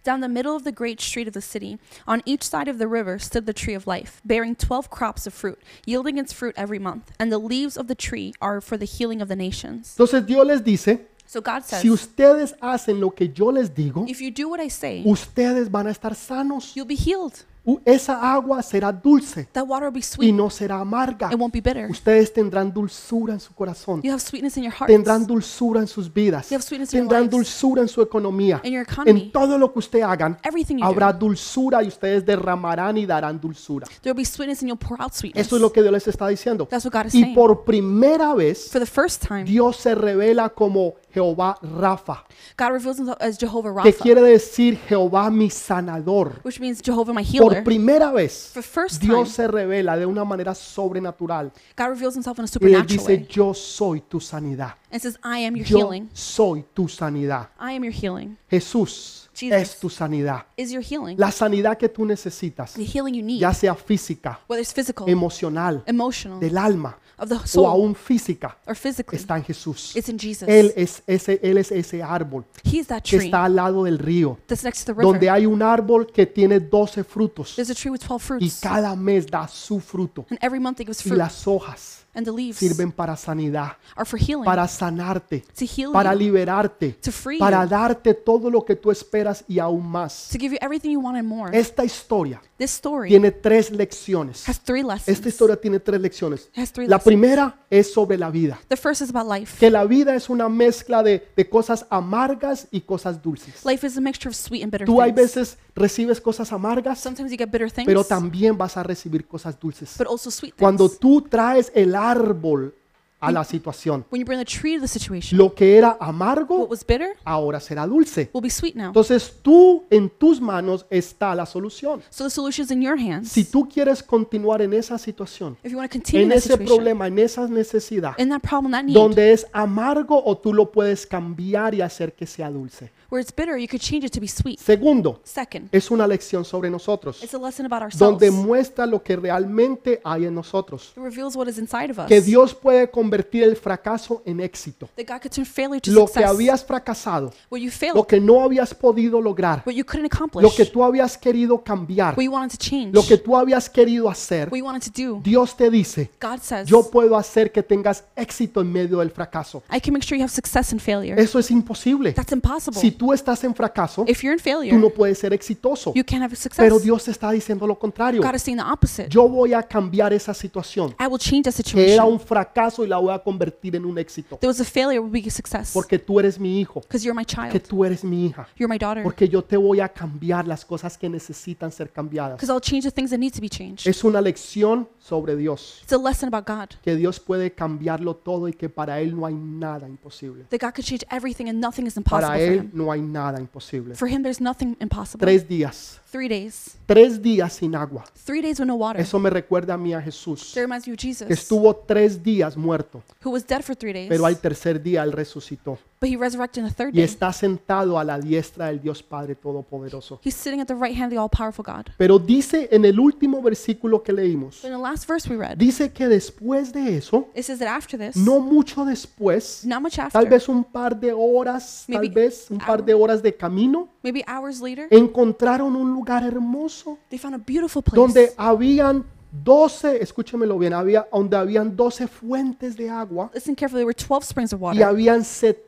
B: Down the middle of the great street of the city, on each side of the river, stood the tree of life, bearing twelve crops of fruit, yielding its fruit every month. And the leaves of the tree are for the healing of the nations.
A: Entonces Dios les dice,
B: So God says,
A: si ustedes hacen lo que yo les digo,
B: if you do what I say,
A: ustedes van a estar sanos.
B: you'll be healed.
A: U- Esa agua será dulce
B: That water will be
A: y
B: sweet.
A: no será amarga.
B: It won't be bitter.
A: Ustedes tendrán dulzura en su corazón,
B: You have sweetness in your heart.
A: tendrán dulzura en sus vidas,
B: You have sweetness in your
A: tendrán
B: lives.
A: dulzura en su economía.
B: In your economy.
A: En todo lo que ustedes hagan,
B: Everything you
A: habrá
B: do.
A: dulzura y ustedes derramarán y darán dulzura.
B: There will be sweetness and you'll pour out sweetness.
A: Eso es lo que Dios les está diciendo.
B: That's what God is
A: Y
B: saying.
A: por primera vez,
B: For the first time,
A: Dios se revela como Jehová Rafa,
B: God reveals himself as Jehovah
A: que
B: Rapha,
A: quiere decir Jehová mi sanador.
B: which means Jehovah my
A: Por
B: healer.
A: primera vez,
B: For first time,
A: Dios se revela de una manera sobrenatural
B: God reveals himself in a
A: y le
B: supernatural
A: dice,
B: way
A: yo soy tu sanidad.
B: and says, I am your
A: Yo
B: healing.
A: soy tu sanidad.
B: I am your healing.
A: Jesús
B: Jesus.
A: es tu sanidad.
B: Is your healing.
A: La sanidad que tú necesitas,
B: The healing you need,
A: ya sea física,
B: whether it's physical,
A: emocional,
B: emotional,
A: del alma
B: of the
A: o
B: soul,
A: aún física,
B: or physically,
A: está en Jesús.
B: it's in
A: Él
B: Jesus.
A: es ese, él es ese árbol
B: He is that
A: que
B: tree
A: está al lado del río,
B: that's next to the
A: donde
B: river.
A: hay un árbol que tiene 12 frutos
B: There's a tree with 12
A: y
B: fruits,
A: cada mes da su fruto
B: and every month it gives
A: y
B: fruit,
A: las hojas
B: and the leaves
A: sirven para sanidad,
B: are for healing,
A: para sanarte,
B: to heal
A: para
B: you,
A: liberarte,
B: to free
A: para
B: you,
A: darte todo lo que tú esperas y aún más.
B: to give you everything you want and more.
A: Esta historia
B: This story
A: tiene tres lecciones.
B: has three lessons.
A: Esta historia tiene tres lecciones.
B: Has three
A: La
B: lessons.
A: primera es sobre la vida,
B: The first is about life.
A: que la vida es una mezcla de, de cosas amargas y cosas dulces.
B: Life is a mixture of sweet and bitter
A: Tú hay
B: things.
A: veces recibes cosas amargas,
B: Sometimes you get bitter things,
A: pero también vas a recibir cosas dulces.
B: but also sweet
A: Cuando
B: things.
A: tú traes el árbol a la situación,
B: When you bring the tree to the situation,
A: lo que era
B: what
A: amargo
B: was bitter
A: ahora será dulce.
B: will be sweet now.
A: Entonces tú en tus manos está la solución.
B: So the solution is in your hands.
A: Si tú quieres continuar en esa situación,
B: If you want to continue
A: en
B: that
A: ese
B: situation,
A: problema, en esa necesidad,
B: in that problem, that need,
A: donde es amargo o tú lo puedes cambiar y hacer que sea dulce.
B: where it's bitter, you could change it to be sweet.
A: Segundo,
B: Second,
A: es una lección sobre nosotros.
B: it's a lesson about ourselves.
A: donde
B: It
A: muestra lo que realmente hay en nosotros.
B: reveals what is inside of us.
A: Que Dios puede convertir el fracaso en éxito.
B: That God could turn failure to
A: Lo que
B: success.
A: habías fracasado,
B: What you
A: lo
B: failed,
A: que no habías podido lograr,
B: what you couldn't
A: lo que
B: accomplish,
A: tú habías querido cambiar,
B: what you wanted to change,
A: lo que
B: what
A: tú habías querido hacer,
B: you wanted to do.
A: Dios te dice,
B: God says,
A: yo puedo hacer que tengas éxito en medio del fracaso.
B: I can make sure you have success in failure.
A: Eso es imposible.
B: That's impossible.
A: Si tú estás en fracaso,
B: If you're in
A: tú
B: failure,
A: no puedes ser exitoso.
B: you can't have success.
A: Pero Dios te está diciendo lo contrario.
B: God is saying the opposite.
A: Yo voy a cambiar esa situación.
B: I will change that
A: que era un
B: situation.
A: fracaso y la voy a convertir en un éxito.
B: There was a failure, will be a success.
A: Porque tú eres mi hijo,
B: Because you're my
A: que
B: child.
A: tú eres mi hija.
B: You're my daughter.
A: Porque yo te voy a cambiar las cosas que necesitan ser cambiadas.
B: Because I'll change the things that need to be changed.
A: Es una lección sobre Dios,
B: It's a lesson about God.
A: que Dios puede cambiarlo todo y que para Él no hay nada imposible.
B: That God could change everything and nothing is
A: Para
B: impossible for
A: Él
B: him.
A: no hay nada imposible.
B: For him, there's nothing impossible.
A: Tres días,
B: Three days.
A: tres días sin agua.
B: Three days with no water.
A: Eso me recuerda a mí a Jesús,
B: That reminds me of
A: que
B: Jesus,
A: estuvo tres días muerto,
B: who was dead for three days,
A: pero al tercer día Él resucitó
B: but he resurrected on the third
A: y
B: day.
A: está sentado a la diestra del Dios Padre Todopoderoso.
B: He's sitting at the right hand of the all powerful God.
A: Pero dice en el último versículo que leímos,
B: But in the last verse we read,
A: dice que después de eso,
B: it says that after this,
A: no mucho después,
B: not much after,
A: tal vez un par de horas, tal
B: Maybe
A: vez un par de horas de camino,
B: maybe hours later,
A: encontraron un lugar hermoso
B: they found a beautiful place
A: donde habían 12, escúchemelo bien, había donde habían 12 fuentes de agua
B: Listen carefully. There were 12 springs of
A: y
B: water
A: habían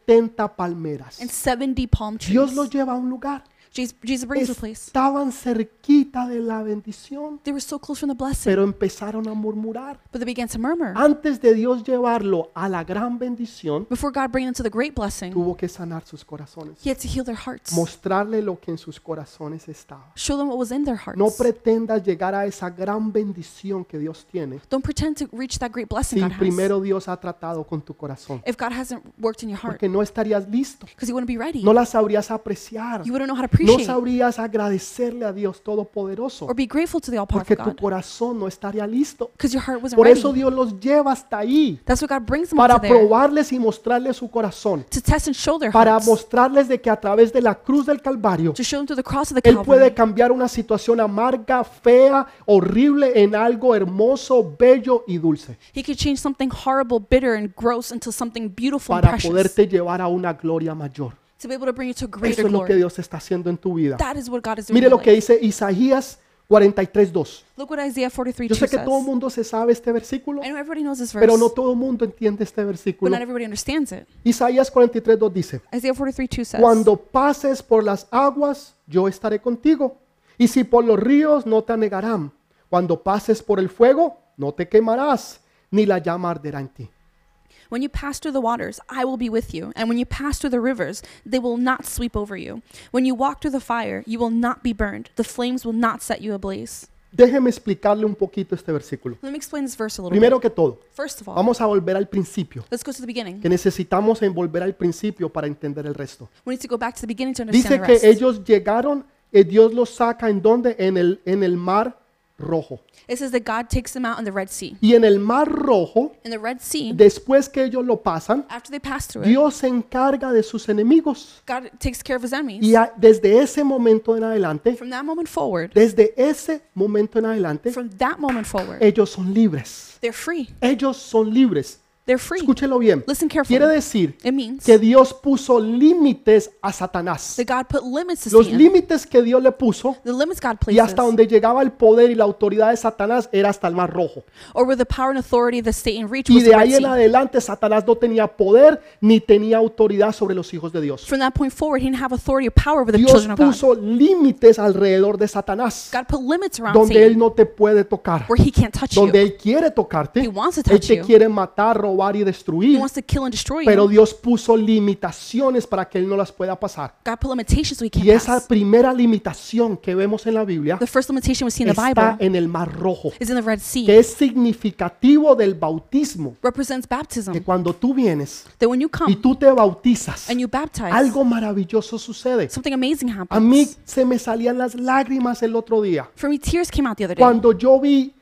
A: 70 palmeras.
B: and 70 palm
A: Dios
B: trees.
A: los lleva a un lugar.
B: Jesus, Jesus brings the place.
A: Estaban cerquita de la bendición,
B: They were so close from the blessing,
A: pero Ah. empezaron a murmurar.
B: but they began to murmur.
A: antes de Dios llevarlo a la gran bendición,
B: Before God bringing them to the great blessing,
A: tuvo que sanar sus corasones,
B: He had to heal their hearts,
A: mostrarle lo que en sus corazones estaba.
B: show them what was in their
A: No
B: hearts.
A: pretendas llegar a esa gran bendición que Dios tiene
B: Don't pretend to reach that great blessing
A: si
B: God has
A: primero Dios ha tratado con tu corazón,
B: if God hasn't worked in your heart,
A: porque no estarías listo,
B: because you wouldn't be ready.
A: no la sabrías apreciar,
B: You wouldn't know how to
A: no
B: appreciate
A: sabrías agradecerle a Dios Todopoderoso,
B: or be grateful to the all-powerful
A: porque tu
B: God,
A: corazón no estaría listo.
B: because your heart wasn't
A: Por eso
B: ready.
A: Dios los lleva hasta ahí,
B: That's what God brings them
A: para
B: up to there
A: probarles y mostrarles su corazón,
B: to test and show their
A: para
B: hearts,
A: mostrarles de que a través de la cruz del Calvario
B: to show them through the cross of the
A: Él puede
B: Calvary.
A: cambiar una situación amarga, fea, horrible en algo hermoso, bello y dulce
B: He could change something horrible, bitter, and gross into something beautiful and
A: para
B: precious.
A: poderte llevar a una gloria mayor.
B: to be able to bring you to greater
A: Eso es lo que
B: glory.
A: Dios está haciendo en tu vida.
B: That is what God is doing.
A: Mire
B: in your
A: lo que
B: life.
A: dice Isaías 43:2.
B: Look what Isaiah 43
A: Yo sé que
B: says.
A: todo el mundo se sabe este versículo,
B: I know everybody knows this verse,
A: pero no todo el mundo entiende este
B: but
A: versículo.
B: not everybody understands it.
A: Isaías 43:2 dice,
B: Isaiah 43 2 says,
A: Cuando pases por las aguas, yo estaré contigo. Y si por los ríos, no te anegarán. Cuando pases por el fuego, no te quemarás, ni la llama arderá en ti.
B: When you pass through the waters, I will be with you. And when you pass through the rivers, they will not sweep over you. When you walk through the fire, you will not be burned. The flames will not set you ablaze.
A: Déjeme explicarle un poquito este versículo.
B: Let me explain this verse a little
A: Primero que todo,
B: bit. First of all,
A: vamos a volver al principio,
B: let's go to the beginning.
A: que necesitamos en volver al principio para entender el resto.
B: We need to go back to the beginning to understand
A: Dice
B: the
A: que
B: rest.
A: ellos llegaron, eh, Dios los saca en donde? En el, en el mar rojo.
B: It says that God takes them out in the Red Sea.
A: Y en el mar rojo,
B: In the Red Sea,
A: después que ellos lo pasan,
B: after they pass through it,
A: Dios se encarga de sus enemigos.
B: God takes care of his enemies.
A: Y a- desde ese momento en adelante,
B: From that moment forward,
A: desde ese momento en adelante,
B: from that moment forward,
A: ellos son libres.
B: they're free.
A: Ellos son libres.
B: They're free.
A: Escúchelo bien.
B: Listen
A: Quiere
B: carefully.
A: decir
B: It means
A: que Dios puso límites a Satanás.
B: that God put limits to
A: Los
B: Satan.
A: límites que Dios le puso
B: The limits God
A: y hasta
B: places,
A: donde llegaba el poder y la autoridad de Satanás era hasta el mar rojo.
B: or with the power and authority that Satan reached,
A: Y
B: was the
A: de
B: Red
A: ahí en
B: Sea.
A: adelante Satanás no tenía poder ni tenía autoridad sobre los hijos de Dios.
B: From that point forward, he didn't have authority or power over the
A: Dios
B: children of God.
A: puso límites alrededor de Satanás,
B: God put limits around
A: donde él
B: Satan,
A: no te puede tocar,
B: where he can't touch you.
A: donde él quiere tocarte,
B: He wants to
A: él
B: touch
A: te
B: you.
A: quiere matar, robar y
B: He
A: destruir.
B: wants to kill and destroy
A: Pero
B: you.
A: Dios puso limitaciones para que él no las pueda pasar.
B: God put limitations so he can't
A: Y esa
B: pass.
A: primera limitación que vemos en la Biblia
B: The first limitation we see in the
A: está
B: Bible
A: en el Mar Rojo,
B: is in the Red Sea.
A: que es significativo del bautismo.
B: represents
A: Que
B: baptism.
A: cuando tú vienes
B: That when you
A: y
B: come
A: tú te bautizas,
B: and you baptize,
A: algo maravilloso sucede.
B: something amazing
A: A mí
B: happens.
A: se me salían las lágrimas el otro día.
B: For me, tears came out the other day
A: cuando yo vi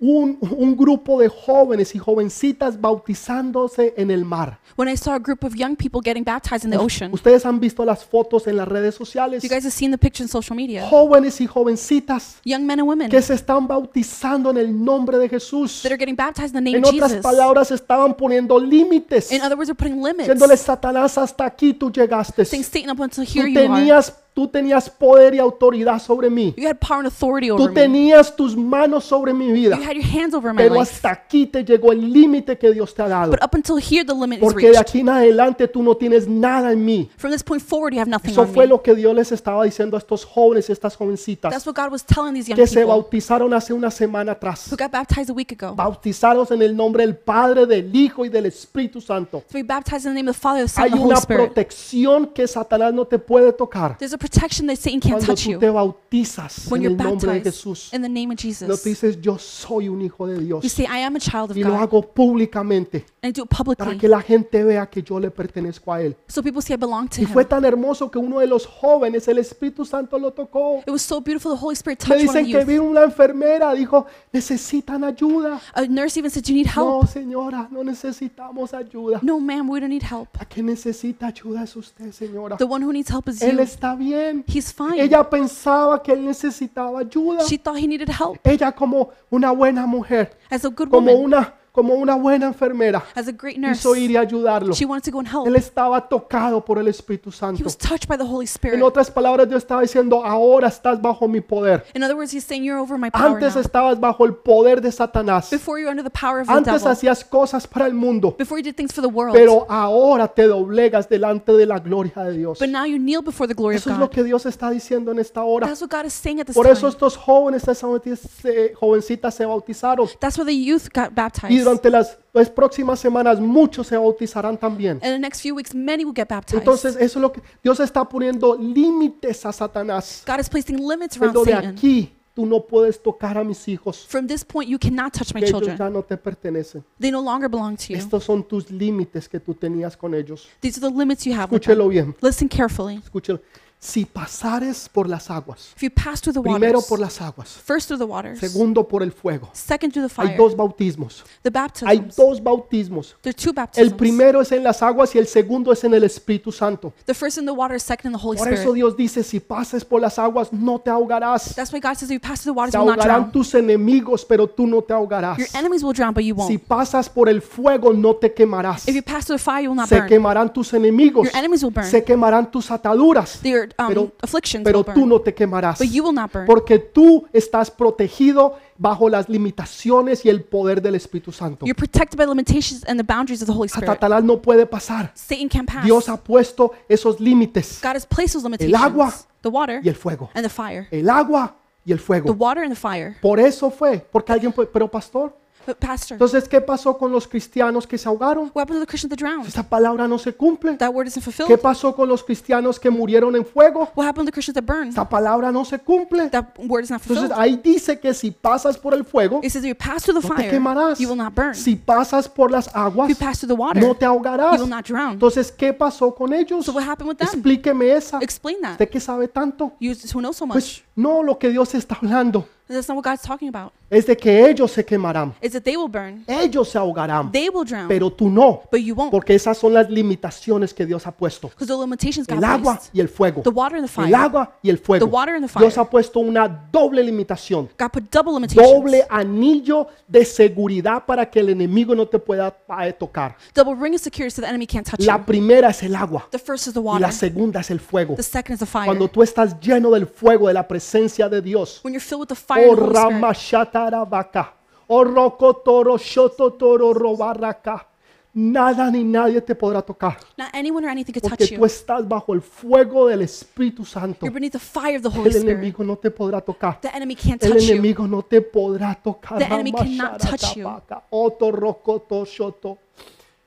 A: un, un grupo de jóvenes y jovencitas bautizándose en el mar.
B: when I saw a group of young people getting baptized in the ocean.
A: Ustedes han visto las fotos en las redes sociales.
B: You guys have seen the picture on social media.
A: Jóvenes y jovencitas
B: Young men and women
A: que se están bautizando en el nombre de Jesús.
B: that are getting baptized in the name
A: En
B: of
A: otras
B: Jesus.
A: palabras, estaban poniendo límites.
B: In other words, they're putting limits.
A: Diciéndole, Satanás, hasta aquí tú llegaste.
B: Saying,
A: Tú
B: Satan, up until here you are.
A: tenías, tú tenías poder y autoridad sobre mí.
B: You had power and authority over
A: Tú
B: me.
A: tenías tus manos sobre mi vida.
B: You had your hands over my
A: Pero
B: life.
A: hasta aquí te llegó el límite que Dios te ha dado.
B: But up until here, the limit is
A: Porque de
B: reached.
A: aquí en adelante tú no tienes nada en mí.
B: From this point forward, you have nothing
A: Eso
B: on
A: fue
B: me.
A: lo que Dios les estaba diciendo a estos jóvenes y estas jovencitas
B: That's what God was telling these young
A: que se
B: people
A: bautizaron hace una semana
B: who
A: atrás.
B: got baptized a week ago.
A: Bautizados en el nombre del Padre, del Hijo y del Espíritu Santo.
B: To be baptized in the name of the Father, the Son,
A: Hay
B: and the Holy
A: una
B: Spirit.
A: protección que Satanás no te puede tocar
B: There's a protection that Satan can't
A: cuando
B: touch
A: tú
B: you
A: te bautizas
B: when
A: en
B: you're
A: el nombre de Jesús.
B: baptized in the name
A: No
B: of
A: te
B: Jesus.
A: dices, yo soy un hijo de
B: You
A: Dios
B: say, I am a child of
A: y lo
B: God,
A: hago públicamente
B: and I do it
A: para
B: publicly,
A: que la gente vea que yo le pertenezco a Él.
B: so people see I belong to
A: Y fue
B: Him.
A: tan hermoso que uno de los jóvenes, el Espíritu Santo lo tocó.
B: It was so beautiful. The Holy Spirit
A: Me
B: touched one of
A: dicen
B: the
A: que
B: youth.
A: vino una enfermera, dijo, necesitan ayuda.
B: A nurse even said, You need
A: No,
B: help.
A: señora, no necesitamos ayuda.
B: No, ma'am, we don't need help.
A: La que necesita ayuda es usted, señora.
B: The one who needs help is
A: Él
B: you.
A: está bien.
B: He's fine.
A: Ella pensaba que él necesitaba ayuda.
B: She thought he needed help.
A: Ella como una buena mujer,
B: As a good
A: como
B: woman,
A: una, como una buena enfermera,
B: as a great
A: quiso
B: nurse,
A: ir y ayudarlo.
B: she wanted to go and help.
A: Él estaba tocado por el Espíritu
B: He
A: Santo.
B: was touched by the Holy
A: En
B: Spirit.
A: otras palabras, Dios estaba diciendo, ahora estás bajo mi poder.
B: In other words, he's saying, You're over my power
A: Antes
B: now.
A: estabas bajo el poder de Satanás.
B: Before you were under the power of the
A: Antes
B: devil,
A: hacías cosas para el mundo,
B: before you did things for the world,
A: pero ahora te doblegas delante de la gloria de Dios.
B: but now you kneel before the glory of
A: Eso es lo
B: God.
A: que Dios está diciendo en esta hora.
B: That's what God is saying at this
A: Por eso
B: time.
A: estos jóvenes, estas jovencitas, eh, jovencitas se bautizaron
B: That's where the youth got
A: y
B: baptized. And
A: durante las, las próximas semanas muchos se bautizarán también.
B: in the next few weeks, many will get baptized.
A: Entonces eso es lo que Dios está poniendo límites a Satanás.
B: God is placing limits around
A: Pero de
B: Satan.
A: aquí tú no puedes tocar a mis hijos,
B: From this point, you cannot touch my
A: que ellos
B: children.
A: ya no te pertenecen.
B: They no longer belong to you.
A: Estos son tus límites que tú tenías con ellos.
B: These are the limits you have. with them.
A: Escúchelo bien.
B: Listen carefully.
A: Escúchelo. Si pasares por las aguas,
B: If you pass through the
A: primero
B: waters,
A: por las aguas,
B: first through the waters,
A: segundo por el fuego.
B: second through the
A: Hay
B: fire,
A: dos bautismos.
B: the
A: Hay
B: baptisms,
A: dos bautismos.
B: there are two
A: El
B: baptisms.
A: primero es en las aguas y el segundo es en el Espíritu Santo.
B: The first in the water, second in the Holy
A: Por eso
B: Spirit.
A: Dios dice, si pases por las aguas, no te ahogarás.
B: That's why God says if you pass through the waters,
A: Te
B: you will not
A: ahogarán
B: drown.
A: tus enemigos, pero tú no te ahogarás.
B: Your enemies will drown, but you
A: Si
B: won't.
A: pasas por el fuego, no te quemarás.
B: If you pass through the fire, you will not
A: Se
B: burn.
A: quemarán tus enemigos.
B: Your enemies will burn.
A: Se quemarán tus ataduras,
B: Your
A: Pero-
B: um, afflictions
A: pero
B: will
A: tú
B: burn,
A: no te quemarás.
B: but you will not burn.
A: Porque tú estás protegido bajo las limitaciones y el poder del Espíritu Santo.
B: You're protected by limitations and the boundaries of the Holy Spirit.
A: Satanás no puede pasar.
B: Satan can pass.
A: Dios ha puesto esos límites.
B: God has placed those limitations.
A: agua
B: the water
A: Y el fuego.
B: and the fire.
A: El agua y el
B: The
A: fuego.
B: water and the fire.
A: Por eso fue. Porque alguien puede. Pero pastor,
B: But pastor,
A: Entonces, ¿qué pasó con los cristianos que se ahogaron?
B: what happened to the Christians that drowned?
A: Esta palabra no se cumple.
B: That word isn't
A: ¿Qué
B: fulfilled.
A: pasó con los cristianos que murieron en fuego?
B: What happened to the Christians that burned?
A: Esta palabra no se cumple.
B: That word is not
A: Entonces,
B: fulfilled.
A: ahí dice que si pasas por el fuego,
B: It says if you pass through the
A: no te
B: fire,
A: quemarás.
B: you will not burn.
A: Si pasas por las
B: If you
A: aguas,
B: pass through the water,
A: no te
B: you
A: ahogarás.
B: will not drown.
A: Entonces, ¿qué pasó con ellos?
B: So what happened with them?
A: Explíqueme esa.
B: Explain that.
A: ¿Usted qué sabe tanto?
B: You who know so much.
A: Pues no, lo que Dios está hablando
B: That's not what God's talking about.
A: es de que ellos se quemarán,
B: It's that they will burn.
A: ellos se ahogarán,
B: They will drown.
A: pero tú no,
B: But you won't.
A: porque esas son las limitaciones que Dios ha puesto.
B: Because the limitations God
A: El agua
B: placed.
A: y el fuego.
B: The water and the
A: El
B: fire.
A: agua y el fuego.
B: The water and the fire.
A: Dios ha puesto una doble limitación,
B: God put double limitations.
A: doble anillo de seguridad para que el enemigo no te pueda eh, tocar.
B: Double ring of security so the enemy can't touch
A: La
B: you.
A: primera es el agua
B: The first is the
A: y
B: water.
A: la segunda es el fuego.
B: The second is the fire.
A: Cuando tú estás lleno del fuego, de la presencia de Dios,
B: When you're filled with the fire
A: O
B: of the Holy Spirit,
A: Oh, Rama Shatarabaka. Oh, O Rokotoro Shototoro Robaraka. Nada ni nadie te podrá tocar.
B: not anyone or anything could touch
A: Porque tú
B: you.
A: estás bajo el fuego del Espíritu Santo.
B: You're beneath the fire of the Holy
A: El
B: Spirit.
A: enemigo no te podrá tocar.
B: The enemy can't
A: El
B: touch you.
A: enemigo no te podrá tocar.
B: The enemy
A: Rama
B: cannot touch you.
A: Shatarabaka. Oto Rokoto Shoto.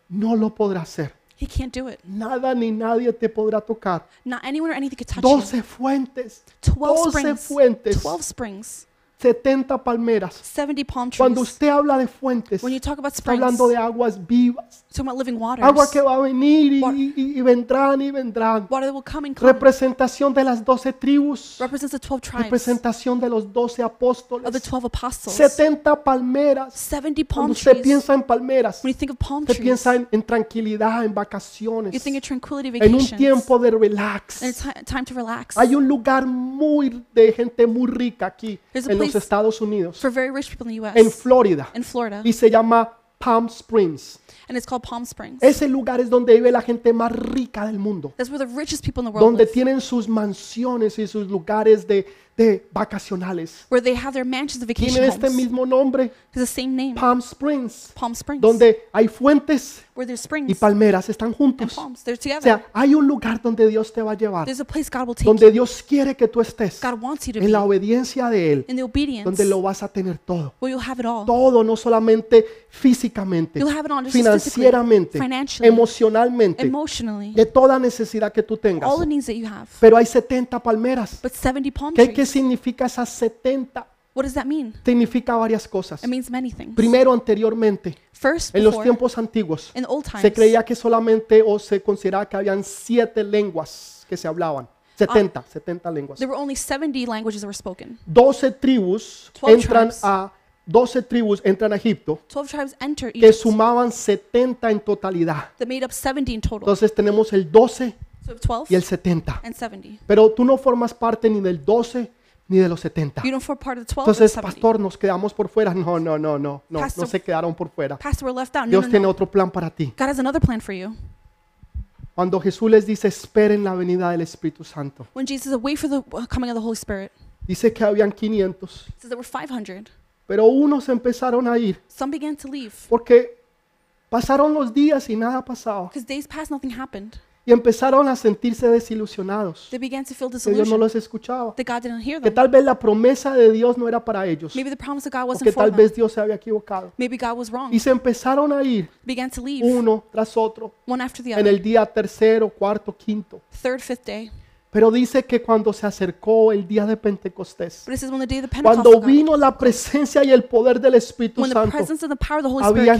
A: No lo podrá hacer.
B: He can't do it.
A: Nada ni nadie te podrá tocar.
B: Not anyone or anything could touch you.
A: Doce fuentes.
B: 12
A: Doce
B: springs.
A: fuentes.
B: 12 springs.
A: 70 palmeras.
B: 70 palm trees.
A: Cuando usted habla de fuentes,
B: when you talk about
A: Está
B: springs,
A: hablando de aguas vivas,
B: talking about living waters,
A: agua que va a venir y, y- y vendrán y vendrán.
B: water that will come and come,
A: Representación de las doce tribus,
B: represents the 12 tribes
A: representación de los doce
B: of the
A: apóstoles,
B: 12 apostles.
A: 70 palmeras.
B: 70 palm
A: Cuando usted
B: trees.
A: piensa en palmeras,
B: when you think of palm
A: usted
B: trees,
A: piensa en, en tranquilidad, en
B: you
A: vacaciones,
B: think of tranquility
A: en un
B: vacations.
A: tiempo de relax.
B: and it's ti- time to relax.
A: Hay un lugar muy de gente muy rica aquí
B: There's a
A: en los
B: place
A: Estados Unidos,
B: For very rich people in the U.S.
A: en Florida,
B: in Florida.
A: y se llama Palm Springs.
B: and it's called Palm Springs.
A: Ese lugar es donde vive la gente más rica del mundo,
B: That's where the richest people in the world
A: donde
B: live.
A: tienen sus mansiones y sus lugares de, de vacacionales.
B: Where they have their mansions and vacation
A: Tienen este
B: homes. It's
A: mismo nombre,
B: the same name.
A: Palm Springs,
B: Palm Springs.
A: donde hay fuentes
B: where there's
A: y
B: springs
A: palmeras, están
B: and
A: juntos. O
B: palms. They're together.
A: sea, hay un lugar donde Dios te va a llevar,
B: There's a place God will take you.
A: donde Dios quiere que tú estés,
B: God wants you to
A: en
B: be.
A: la obediencia de Él,
B: In the obedience.
A: donde lo vas a tener todo.
B: where you'll have it all.
A: Todo, no solamente físicamente,
B: You'll have it all just physically,
A: financieramente,
B: financially,
A: emocionalmente,
B: Emotionally.
A: de toda necesidad que tú tengas.
B: All the needs that you have.
A: Pero hay 70 palmeras.
B: But 70 palm
A: ¿Qué, qué
B: trees.
A: significa esas 70?
B: What does that mean?
A: Significa varias cosas.
B: It means many things.
A: Primero, anteriormente,
B: First,
A: en los
B: before,
A: tiempos antiguos,
B: in old times,
A: se creía que solamente o se consideraba que habían siete lenguas que se hablaban. 70, 70 lenguas.
B: Ah. there were only 70 languages that were spoken.
A: 12 tribus
B: 12
A: entran
B: tribes.
A: a 12 tribus entran a Egipto
B: 12 tribes entered
A: que
B: Egypt
A: sumaban 70 en totalidad.
B: that made up 70 in total.
A: Entonces tenemos el 12
B: So 12
A: y el 70.
B: and 70.
A: Pero tú no formas parte ni del 12 ni de los 70.
B: You don't form part of the 12 or the
A: Entonces,
B: 70.
A: pastor, nos quedamos por fuera. No, no, no, no, no, no
B: Pastor-
A: se quedaron por fuera.
B: Pastor, we're left out. No,
A: Dios
B: no,
A: tiene
B: no.
A: otro plan para ti.
B: God has another plan for you.
A: Cuando Jesús les dice, esperen la venida del Espíritu Santo,
B: When Jesus said, wait for the uh, coming of the Holy Spirit,
A: dice que habían 500,
B: it says there were 500.
A: pero unos empezaron a ir
B: Some began to leave
A: porque pasaron los días y nada pasaba
B: because days passed, nothing happened.
A: y empezaron a sentirse desilusionados,
B: They began to feel
A: que Dios no
B: disillusioned
A: los escuchaba,
B: that God didn't hear
A: que
B: them.
A: tal vez la promesa de Dios no era para ellos,
B: Maybe the promise of God
A: o que
B: wasn't for
A: tal
B: them.
A: vez Dios se había equivocado.
B: Maybe God was wrong.
A: Y se empezaron a ir
B: Began to leave
A: uno tras otro
B: one after the
A: en
B: other.
A: el día tercero, cuarto, quinto.
B: Third, fifth day.
A: Pero dice que cuando se acercó el día de Pentecostés,
B: But it says when the day of the Pentecost
A: cuando
B: arrived,
A: vino la presencia y el poder del Espíritu
B: when the
A: Santo,
B: presence and the power of the Holy Spirit
A: habían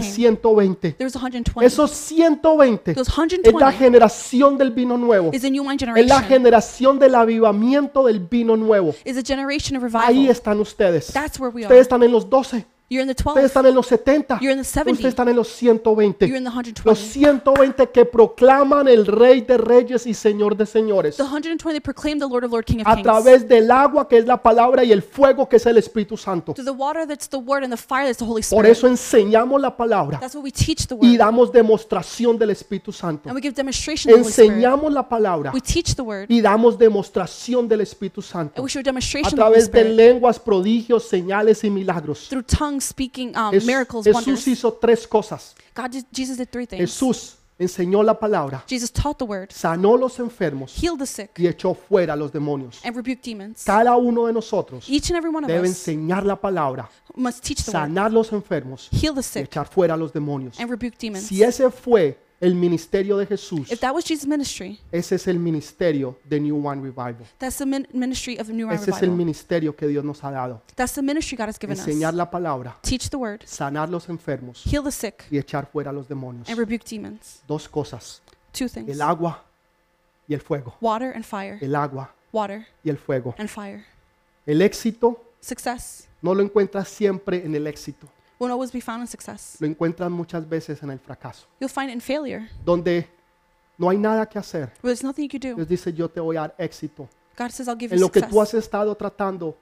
A: 120.
B: came, there was 120.
A: Esos 120
B: Those
A: es la
B: 120
A: generación del vino nuevo,
B: is a new wine
A: es la
B: generation.
A: generación del avivamiento del vino nuevo.
B: Is a generation of
A: Ahí
B: revival.
A: están ustedes.
B: That's where we
A: Ustedes
B: are.
A: están en los 12,
B: You're in the
A: ustedes
B: 12.
A: están en los 70,
B: You're in the
A: ustedes
B: 70.
A: están en los
B: You're
A: 120.
B: in the
A: Los
B: 120.
A: 120 que proclaman el Rey de Reyes y Señor de Señores.
B: The 120 that proclaimed the Lord of Lord, King of
A: a
B: Kings.
A: través del agua que es la palabra y el fuego que es el Espíritu Santo.
B: Through the water that's the Word and the fire that's the Holy
A: Por
B: Spirit.
A: eso enseñamos la palabra
B: That's what we teach the
A: y
B: Word.
A: damos demostración del Espíritu Santo.
B: And we give demonstration of the Holy Spirit.
A: Enseñamos la palabra
B: We teach the Word.
A: y damos demostración del Espíritu
B: And
A: Santo
B: we show
A: a
B: demonstration of the Holy
A: través de
B: Spirit.
A: lenguas, prodigios, señales y milagros.
B: Through tongues, speaking, um,
A: Jesús,
B: miracles,
A: Jesús
B: wonders.
A: hizo tres cosas.
B: God, did- Jesus did three things.
A: Jesús enseñó la palabra,
B: Jesus taught the word,
A: sanó los enfermos
B: healed the sick,
A: y echó fuera a los demonios.
B: and rebuked demons.
A: Cada uno de nosotros
B: Each and every one of
A: debe
B: us
A: enseñar la palabra,
B: must teach the word,
A: sanar los enfermos
B: heal the
A: y
B: sick,
A: echar fuera a los demonios.
B: and rebuke demons.
A: Si ese fue el ministerio de Jesús,
B: If that was Jesus' ministry,
A: ese es el ministerio de New One Revival.
B: that's the min- ministry of the New
A: Ese es el
B: Revival.
A: ministerio que Dios nos ha dado.
B: That's the ministry God has given
A: Enseñar
B: us.
A: la palabra,
B: Teach the word,
A: sanar los enfermos
B: heal the sick,
A: y echar fuera a los demonios.
B: and rebuke demons.
A: Dos cosas,
B: Two things
A: el agua y el fuego.
B: water and fire.
A: El agua
B: Water
A: y el fuego.
B: and fire.
A: El éxito
B: Success
A: no lo encuentras siempre en el éxito,
B: won't always be found in success.
A: lo encuentras muchas veces en el fracaso,
B: You'll find it in failure,
A: donde no hay nada que hacer.
B: where there's nothing you can do.
A: Dios dice, yo te voy a dar éxito
B: God says, I'll give you
A: en lo que tú has
B: success.
A: estado tratando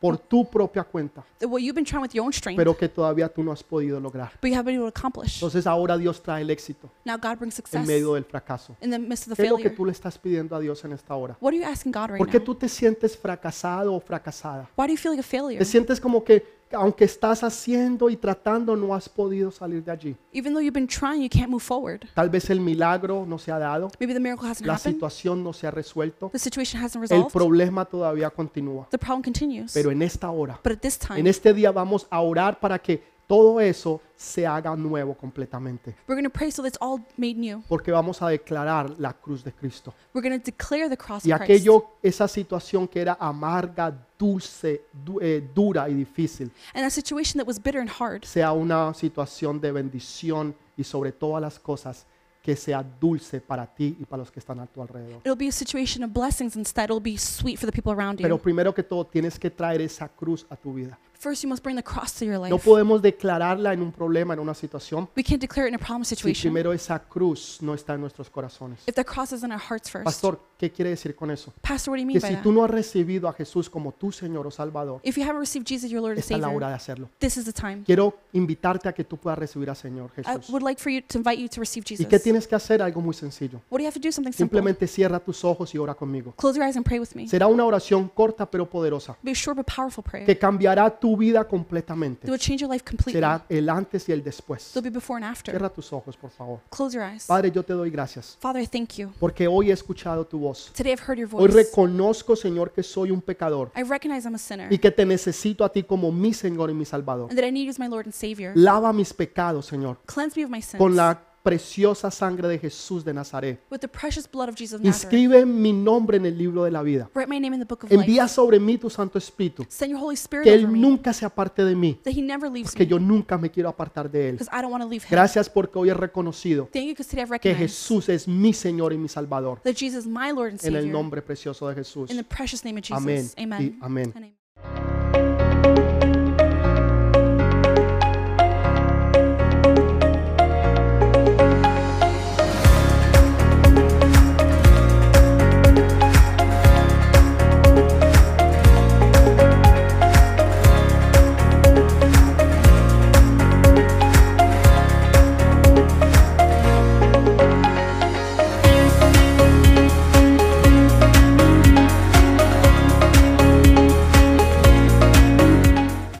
A: por tu propia cuenta,
B: That What you've been trying with your own strength,
A: pero que todavía tú no has podido lograr.
B: but you haven't been able to accomplish.
A: Entonces ahora Dios trae el éxito
B: Now God brings
A: en
B: success
A: medio
B: in
A: del fracaso.
B: the midst of the
A: ¿Qué es lo que
B: failure.
A: tú le estás pidiendo a Dios en esta hora?
B: What are you asking God right
A: ¿Por qué
B: now?
A: tú te sientes fracasado o fracasada?
B: Why do you feel like a failure?
A: Te sientes como que aunque estás haciendo y tratando no has podido salir de allí.
B: Even though you've been trying, you can't move forward.
A: Tal vez el milagro no se ha dado,
B: Maybe the miracle hasn't
A: la
B: happened.
A: situación no se ha resuelto,
B: The situation hasn't
A: el
B: resolved.
A: problema todavía continúa.
B: The problem continues.
A: Pero en esta hora,
B: But at this
A: en
B: time,
A: este día vamos a orar para que todo eso se haga nuevo completamente,
B: we're going to pray so that it's all made new.
A: porque vamos a declarar la cruz de Cristo.
B: We're going to declare the cross
A: Y
B: of Christ.
A: aquello, esa situación que era amarga, dulce, du- eh, dura y difícil,
B: And that situation that was bitter and hard
A: sea una situación de bendición y sobre todas las cosas que sea dulce para ti y para los que están a tu alrededor.
B: It'll be a situation of blessings instead. It'll be sweet for the people around you.
A: Pero primero que todo tienes que traer esa cruz a tu vida.
B: First, you must bring the cross to your life.
A: No podemos declararla en un problema, en una situación,
B: we can't declare it in a problem
A: si
B: situation
A: primero esa cruz no está en nuestros corazones.
B: if the cross is in our hearts first.
A: Pastor, ¿qué quiere decir con eso?
B: Pastor, what do you mean
A: Que
B: by
A: si
B: that?
A: tú no has recibido a Jesús como tu Señor o Salvador,
B: if you haven't received Jesus, your Lord and
A: está la hora
B: Savior,
A: de hacerlo.
B: this is the time.
A: Quiero invitarte a que tú puedas recibir al Señor
B: I
A: Jesús.
B: would like for you to invite you to receive
A: ¿Y
B: Jesus.
A: qué tienes que hacer? Algo muy sencillo.
B: what do you have to do? Something simple.
A: Simplemente cierra tus ojos y ora conmigo.
B: Close your eyes and pray with me.
A: Será una oración corta pero poderosa
B: be a short but powerful prayer
A: que
B: that
A: cambiará tu vida completamente.
B: will change your life completely.
A: Será el antes y el después.
B: There'll be before and after.
A: Cierra tus ojos, por favor.
B: Close your eyes.
A: Padre, yo te doy gracias
B: Father, I thank you.
A: porque hoy he escuchado tu voz.
B: Today I've heard your
A: Hoy
B: voice.
A: reconozco, Señor, que soy un pecador
B: I recognize I'm a sinner
A: y que te necesito a ti como mi Señor y mi Salvador.
B: and that I need you as my Lord and Savior.
A: Lava mis pecados, Señor,
B: Cleanse me of my sins.
A: con la preciosa sangre de Jesús de Nazaret.
B: with the precious blood of Jesus of Nazareth.
A: Inscribe mi nombre en el libro de la vida.
B: Write my name in the book of life.
A: Envía sobre mí tu Santo Espíritu.
B: Send your Holy Spirit
A: Que
B: over
A: Él
B: me.
A: nunca se aparte de mí.
B: That He never leaves
A: que
B: me.
A: yo nunca me quiero apartar de Él.
B: Because I don't want to leave Him.
A: Gracias porque hoy he reconocido
B: Thank you because today I've
A: que
B: recognized
A: Jesús es mi Señor y mi Salvador.
B: that Jesus is my Lord and
A: En el
B: Savior.
A: nombre precioso de Jesús.
B: In the precious name of
A: Amén
B: Jesus.
A: y
B: Amen.
A: amén.
B: And amen.